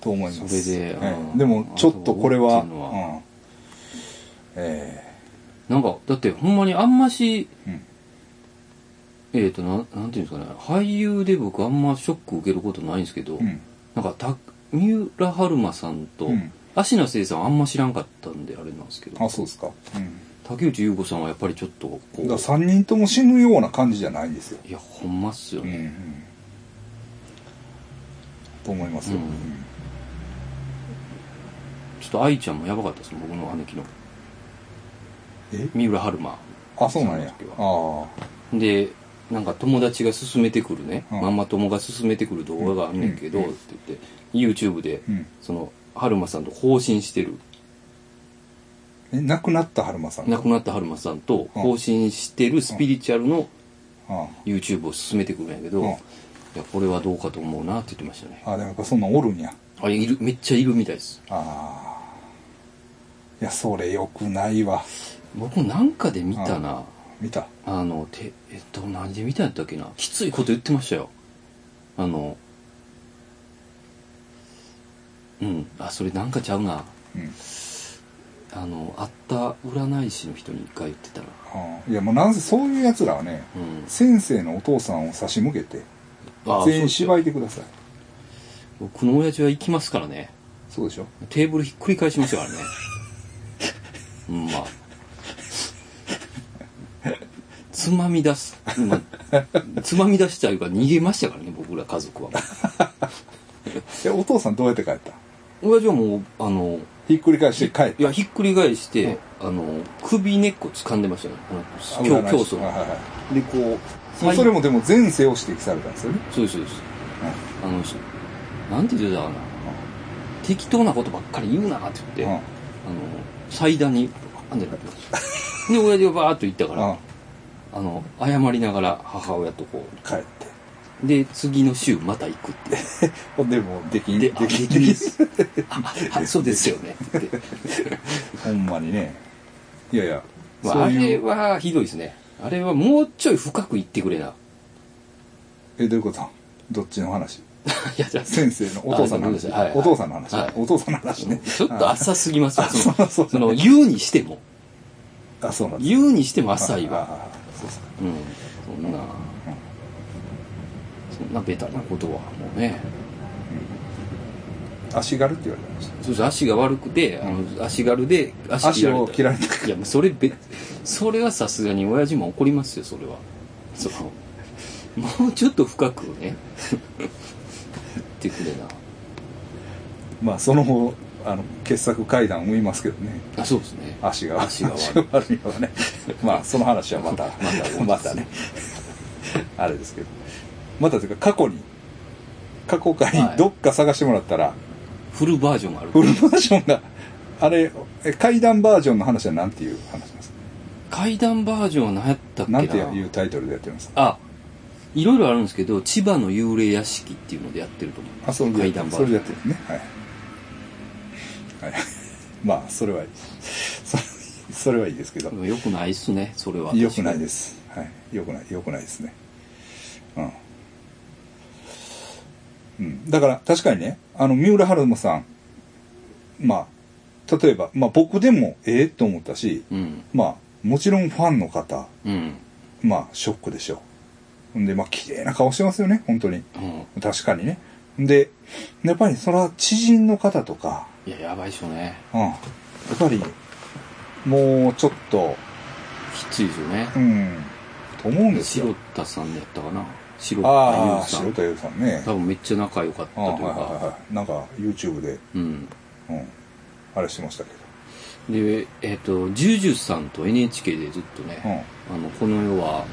[SPEAKER 1] と思います
[SPEAKER 2] それで
[SPEAKER 1] え
[SPEAKER 2] う
[SPEAKER 1] え
[SPEAKER 2] ん
[SPEAKER 1] でもちょっとこれは
[SPEAKER 2] あと思ってんの
[SPEAKER 1] うんえ
[SPEAKER 2] なんか、だってほんまにあんまし、
[SPEAKER 1] えうん
[SPEAKER 2] えー、となん、なんていうんですかね、俳優で僕あんまショック受けることないんですけど、
[SPEAKER 1] うん
[SPEAKER 2] なんかた、三浦春馬さんと、
[SPEAKER 1] うん
[SPEAKER 2] 芦名聖さんあんま知らんかったんであれなんですけど、
[SPEAKER 1] あそうですか、うん、
[SPEAKER 2] 竹内優子さんはやっぱりちょっとこう、
[SPEAKER 1] だから3人とも死ぬような感じじゃないんですよ、
[SPEAKER 2] いや、ほんまっすよ
[SPEAKER 1] うんう
[SPEAKER 2] ね。
[SPEAKER 1] ん、と思いますよ、
[SPEAKER 2] うん
[SPEAKER 1] うん
[SPEAKER 2] ちょっと愛ちゃんもやばかったです、僕の姉貴の。
[SPEAKER 1] え
[SPEAKER 2] 三浦春馬。
[SPEAKER 1] あそうなんや
[SPEAKER 2] その
[SPEAKER 1] あ
[SPEAKER 2] 時
[SPEAKER 1] あ
[SPEAKER 2] で、なんか友達が勧めてくるね、
[SPEAKER 1] うん
[SPEAKER 2] ママ友が勧めてくる動画があんねんけど、
[SPEAKER 1] うんうん
[SPEAKER 2] って言って、YouTube で、
[SPEAKER 1] うん
[SPEAKER 2] その、春馬さんと更新してる。
[SPEAKER 1] え亡くなった春馬さんが
[SPEAKER 2] 亡くなった春馬さんと更新してるスピリチュアルの
[SPEAKER 1] あ
[SPEAKER 2] YouTube を進めてくるんやけど、
[SPEAKER 1] うん
[SPEAKER 2] いやこれはどうかと思うなって言ってましたね
[SPEAKER 1] ああでもやっぱそんなんおるんや
[SPEAKER 2] あいるめっちゃいるみたいです
[SPEAKER 1] ああいやそれよくないわ
[SPEAKER 2] 僕なんかで見たな、
[SPEAKER 1] 見た
[SPEAKER 2] あのてえっと何で見たんやったっけなきついこと言ってましたよあのうんあそれなんかちゃうな
[SPEAKER 1] うん
[SPEAKER 2] あの会った占い師の人に一回言ってたな
[SPEAKER 1] ああいやもうなんせそういうやつらはね、
[SPEAKER 2] うん
[SPEAKER 1] 先生のお父さんを差し向けて
[SPEAKER 2] あ
[SPEAKER 1] 全員
[SPEAKER 2] そう
[SPEAKER 1] 芝居てください
[SPEAKER 2] 僕の親父は行きますからね
[SPEAKER 1] そうでしょ
[SPEAKER 2] テーブルひっくり返しましたからね。うん、まあ。つまみ出す、まあ、つまみ出したいうか逃げましたからね、僕ら家族は。
[SPEAKER 1] えお父さんどうやって帰った
[SPEAKER 2] 親父はもう、あの、
[SPEAKER 1] ひっくり返して帰っ
[SPEAKER 2] いや、ひっくり返して、あの、首根っこ掴んでましたね。
[SPEAKER 1] た
[SPEAKER 2] あの競競
[SPEAKER 1] はいはい
[SPEAKER 2] 争。
[SPEAKER 1] はい
[SPEAKER 2] で、こう、
[SPEAKER 1] そそれもでも前世を指摘されたんですよね、
[SPEAKER 2] そうです、そうです。あの、しなんて言ってたかな。適当なことばっかり言うなって言って、
[SPEAKER 1] うん
[SPEAKER 2] あの、祭壇に、あんでなってました。で、親父がバーっと行ったか
[SPEAKER 1] うん
[SPEAKER 2] ら、あの、謝りながら母親とこ
[SPEAKER 1] 帰って
[SPEAKER 2] う、で、次の週また行くって。
[SPEAKER 1] ほんでもうできん
[SPEAKER 2] で、あ、
[SPEAKER 1] で
[SPEAKER 2] で
[SPEAKER 1] きん
[SPEAKER 2] きです。あ、あそうですよね。って
[SPEAKER 1] ほんまにねいやいや
[SPEAKER 2] まあ、あれ
[SPEAKER 1] う
[SPEAKER 2] はひどいですね。あれはもうちょい深く言ってくれな。 (laughs)
[SPEAKER 1] えどういうことどっちの話
[SPEAKER 2] いや、じゃあ
[SPEAKER 1] 先生のお父さんの話、
[SPEAKER 2] あはいはい
[SPEAKER 1] お父さんの話、
[SPEAKER 2] はい
[SPEAKER 1] お父さんの話ね
[SPEAKER 2] ちょっと浅すぎますよ。そ
[SPEAKER 1] そう
[SPEAKER 2] の、
[SPEAKER 1] そう
[SPEAKER 2] その言うにしても、
[SPEAKER 1] あそうなんです
[SPEAKER 2] 言うにしても浅いわ。
[SPEAKER 1] ああそうそう
[SPEAKER 2] うん。そんな、そんなベタなことはもうね。
[SPEAKER 1] 足軽って言われてまし
[SPEAKER 2] そうです足が悪くて、あの足軽で足切られた
[SPEAKER 1] 足を切られた
[SPEAKER 2] いやもうそれべそれはさすがに親父も怒りますよそれはそのもうちょっと深くね言ってくれな
[SPEAKER 1] たまあその後あの傑作怪談を言いますけどね
[SPEAKER 2] あそうですね
[SPEAKER 1] 足が
[SPEAKER 2] 足が悪い
[SPEAKER 1] 足が悪いのはねまあその話はまたまたねあれですけどまたというか過去に過去
[SPEAKER 2] は
[SPEAKER 1] 回
[SPEAKER 2] い
[SPEAKER 1] どっか探してもらったら、
[SPEAKER 2] フルバージョンあ
[SPEAKER 1] フル
[SPEAKER 2] る
[SPEAKER 1] バージョンがあれえ階段バージョンの話は何ていう話なんですか
[SPEAKER 2] 階段バージョンは何やったっけな
[SPEAKER 1] なんていうタイトルでやってるんですか
[SPEAKER 2] あいろいろあるんですけど千葉の幽霊屋敷っていうのでやってると思う
[SPEAKER 1] あそれでやっ
[SPEAKER 2] 階
[SPEAKER 1] て
[SPEAKER 2] 段
[SPEAKER 1] る
[SPEAKER 2] バ
[SPEAKER 1] それ
[SPEAKER 2] ージ
[SPEAKER 1] で (laughs)
[SPEAKER 2] ョ
[SPEAKER 1] やってるねはい、はい、まあそれはいい (laughs) それはいいですけど
[SPEAKER 2] でも良くないっすね、それは。
[SPEAKER 1] 良くないですはい良くない良くないですねうん、うん、だから確かにねあの三浦春馬さんまあ例えば、まあ、僕でもええと思ったし、
[SPEAKER 2] うん。
[SPEAKER 1] まあもちろんファンの方
[SPEAKER 2] うん。
[SPEAKER 1] まあショックでしょうんでまあ綺麗な顔してますよね本当に
[SPEAKER 2] うん。
[SPEAKER 1] 確かにねでやっぱりそれは知人の方とか
[SPEAKER 2] いや、やばいっしょね。
[SPEAKER 1] うんやっぱりもうちょっと
[SPEAKER 2] きついですよね
[SPEAKER 1] う。んと思うんですよ
[SPEAKER 2] 白田さんやったかな。白田
[SPEAKER 1] あ
[SPEAKER 2] 優
[SPEAKER 1] あ、
[SPEAKER 2] さ
[SPEAKER 1] 白
[SPEAKER 2] ん。
[SPEAKER 1] 田優さんね。
[SPEAKER 2] 多分めっちゃ仲良かった
[SPEAKER 1] あ
[SPEAKER 2] と
[SPEAKER 1] あ
[SPEAKER 2] いう
[SPEAKER 1] はいはい
[SPEAKER 2] か。
[SPEAKER 1] はい。なんか YouTube で、
[SPEAKER 2] うん。
[SPEAKER 1] うん、あれしてましたけ
[SPEAKER 2] で、えっ、と、ジュジュさんと NHK でずっとね、あの、この世は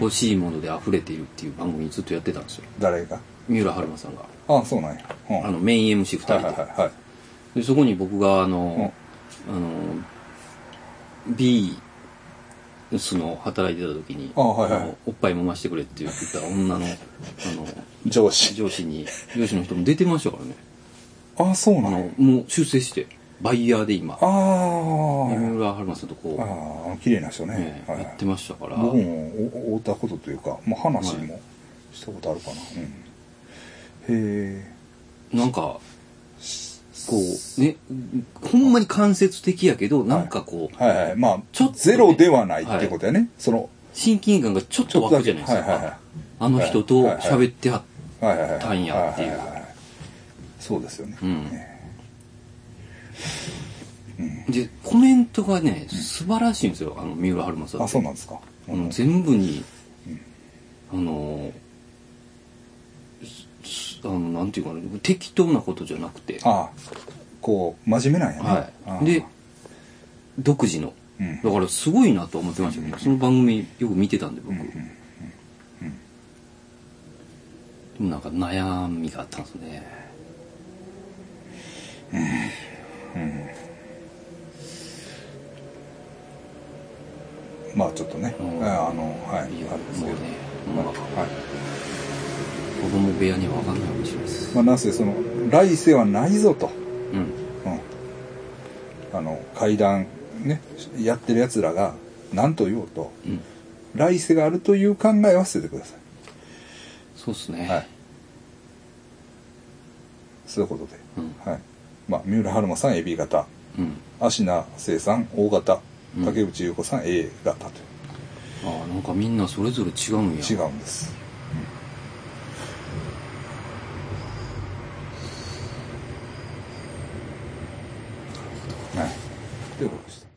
[SPEAKER 2] 欲しいもので溢れているっていう番組ずっとやってたんですよ。
[SPEAKER 1] ど、誰が。
[SPEAKER 2] 三浦春馬さんが。
[SPEAKER 1] ああ、そうなんや。うん、
[SPEAKER 2] あの、メイン MC2 人
[SPEAKER 1] は
[SPEAKER 2] で。
[SPEAKER 1] いはいはいはい。
[SPEAKER 2] でそこに僕があの、あの B その働いてた時に
[SPEAKER 1] あはいはい
[SPEAKER 2] あのおっぱい揉ましてくれって言ってた女のあの
[SPEAKER 1] 上司。
[SPEAKER 2] 上司に上司の人も出てましたからね
[SPEAKER 1] ああ、そうな
[SPEAKER 2] あ
[SPEAKER 1] ん
[SPEAKER 2] の
[SPEAKER 1] や。
[SPEAKER 2] もう修正してバイヤーで今
[SPEAKER 1] ああ、
[SPEAKER 2] 三浦春馬さんとこ
[SPEAKER 1] ああ、あ
[SPEAKER 2] う、
[SPEAKER 1] の綺麗な人ね。
[SPEAKER 2] ね
[SPEAKER 1] はいは
[SPEAKER 2] や
[SPEAKER 1] い
[SPEAKER 2] ってましたから
[SPEAKER 1] 僕もおお会ったことというか、まあ、話もしたことあるかな。うん、へえ。
[SPEAKER 2] なんかこうねほんまに間接的やけどなんかこう、
[SPEAKER 1] はいはい。まあ、
[SPEAKER 2] ちょっとね
[SPEAKER 1] ゼロではないってことやね。その、
[SPEAKER 2] 親近感がちょっ
[SPEAKER 1] ちょ
[SPEAKER 2] と
[SPEAKER 1] っ
[SPEAKER 2] 湧
[SPEAKER 1] と
[SPEAKER 2] く
[SPEAKER 1] だ
[SPEAKER 2] じ
[SPEAKER 1] け。
[SPEAKER 2] ゃないですか、
[SPEAKER 1] はいはいはい
[SPEAKER 2] あの人と喋ってはっ
[SPEAKER 1] はいはいはい、
[SPEAKER 2] たんやっていう
[SPEAKER 1] はははそうですよね、
[SPEAKER 2] うん
[SPEAKER 1] ね
[SPEAKER 2] でコメントがね素晴らしいんですよあの三浦春馬さん
[SPEAKER 1] あそうなんですか、
[SPEAKER 2] あの全部に、あのすすあのなんていうかな適当なことじゃなくて、
[SPEAKER 1] あこう真面目なんやね、
[SPEAKER 2] は
[SPEAKER 1] あ
[SPEAKER 2] い、で独自の
[SPEAKER 1] うん
[SPEAKER 2] だからすごいなと思ってましたけど、その番組よく見てたんで僕、でもなんか悩みがあったんですね
[SPEAKER 1] まあちょっとね、
[SPEAKER 2] うん
[SPEAKER 1] ああのはい
[SPEAKER 2] いや
[SPEAKER 1] あれですけど、
[SPEAKER 2] もうね
[SPEAKER 1] まあ
[SPEAKER 2] うん
[SPEAKER 1] はい
[SPEAKER 2] 子供部屋には分かんないかもしれないです、
[SPEAKER 1] まあ、なんせその来世はないぞと、
[SPEAKER 2] うん
[SPEAKER 1] うん、あの階段ねやってるやつらが何と言おうと
[SPEAKER 2] うん
[SPEAKER 1] 来世があるという考えは捨ててくださ
[SPEAKER 2] そうっすね、
[SPEAKER 1] い、はい、そういうことで、
[SPEAKER 2] うん
[SPEAKER 1] はいまあ、三浦春馬さん AB 型
[SPEAKER 2] うん
[SPEAKER 1] 芦名聖さん O 型
[SPEAKER 2] うん
[SPEAKER 1] 竹内優子さん A 型と
[SPEAKER 2] ああなんかみんなそれぞれ違うんや
[SPEAKER 1] 違うんです、うんはいということでした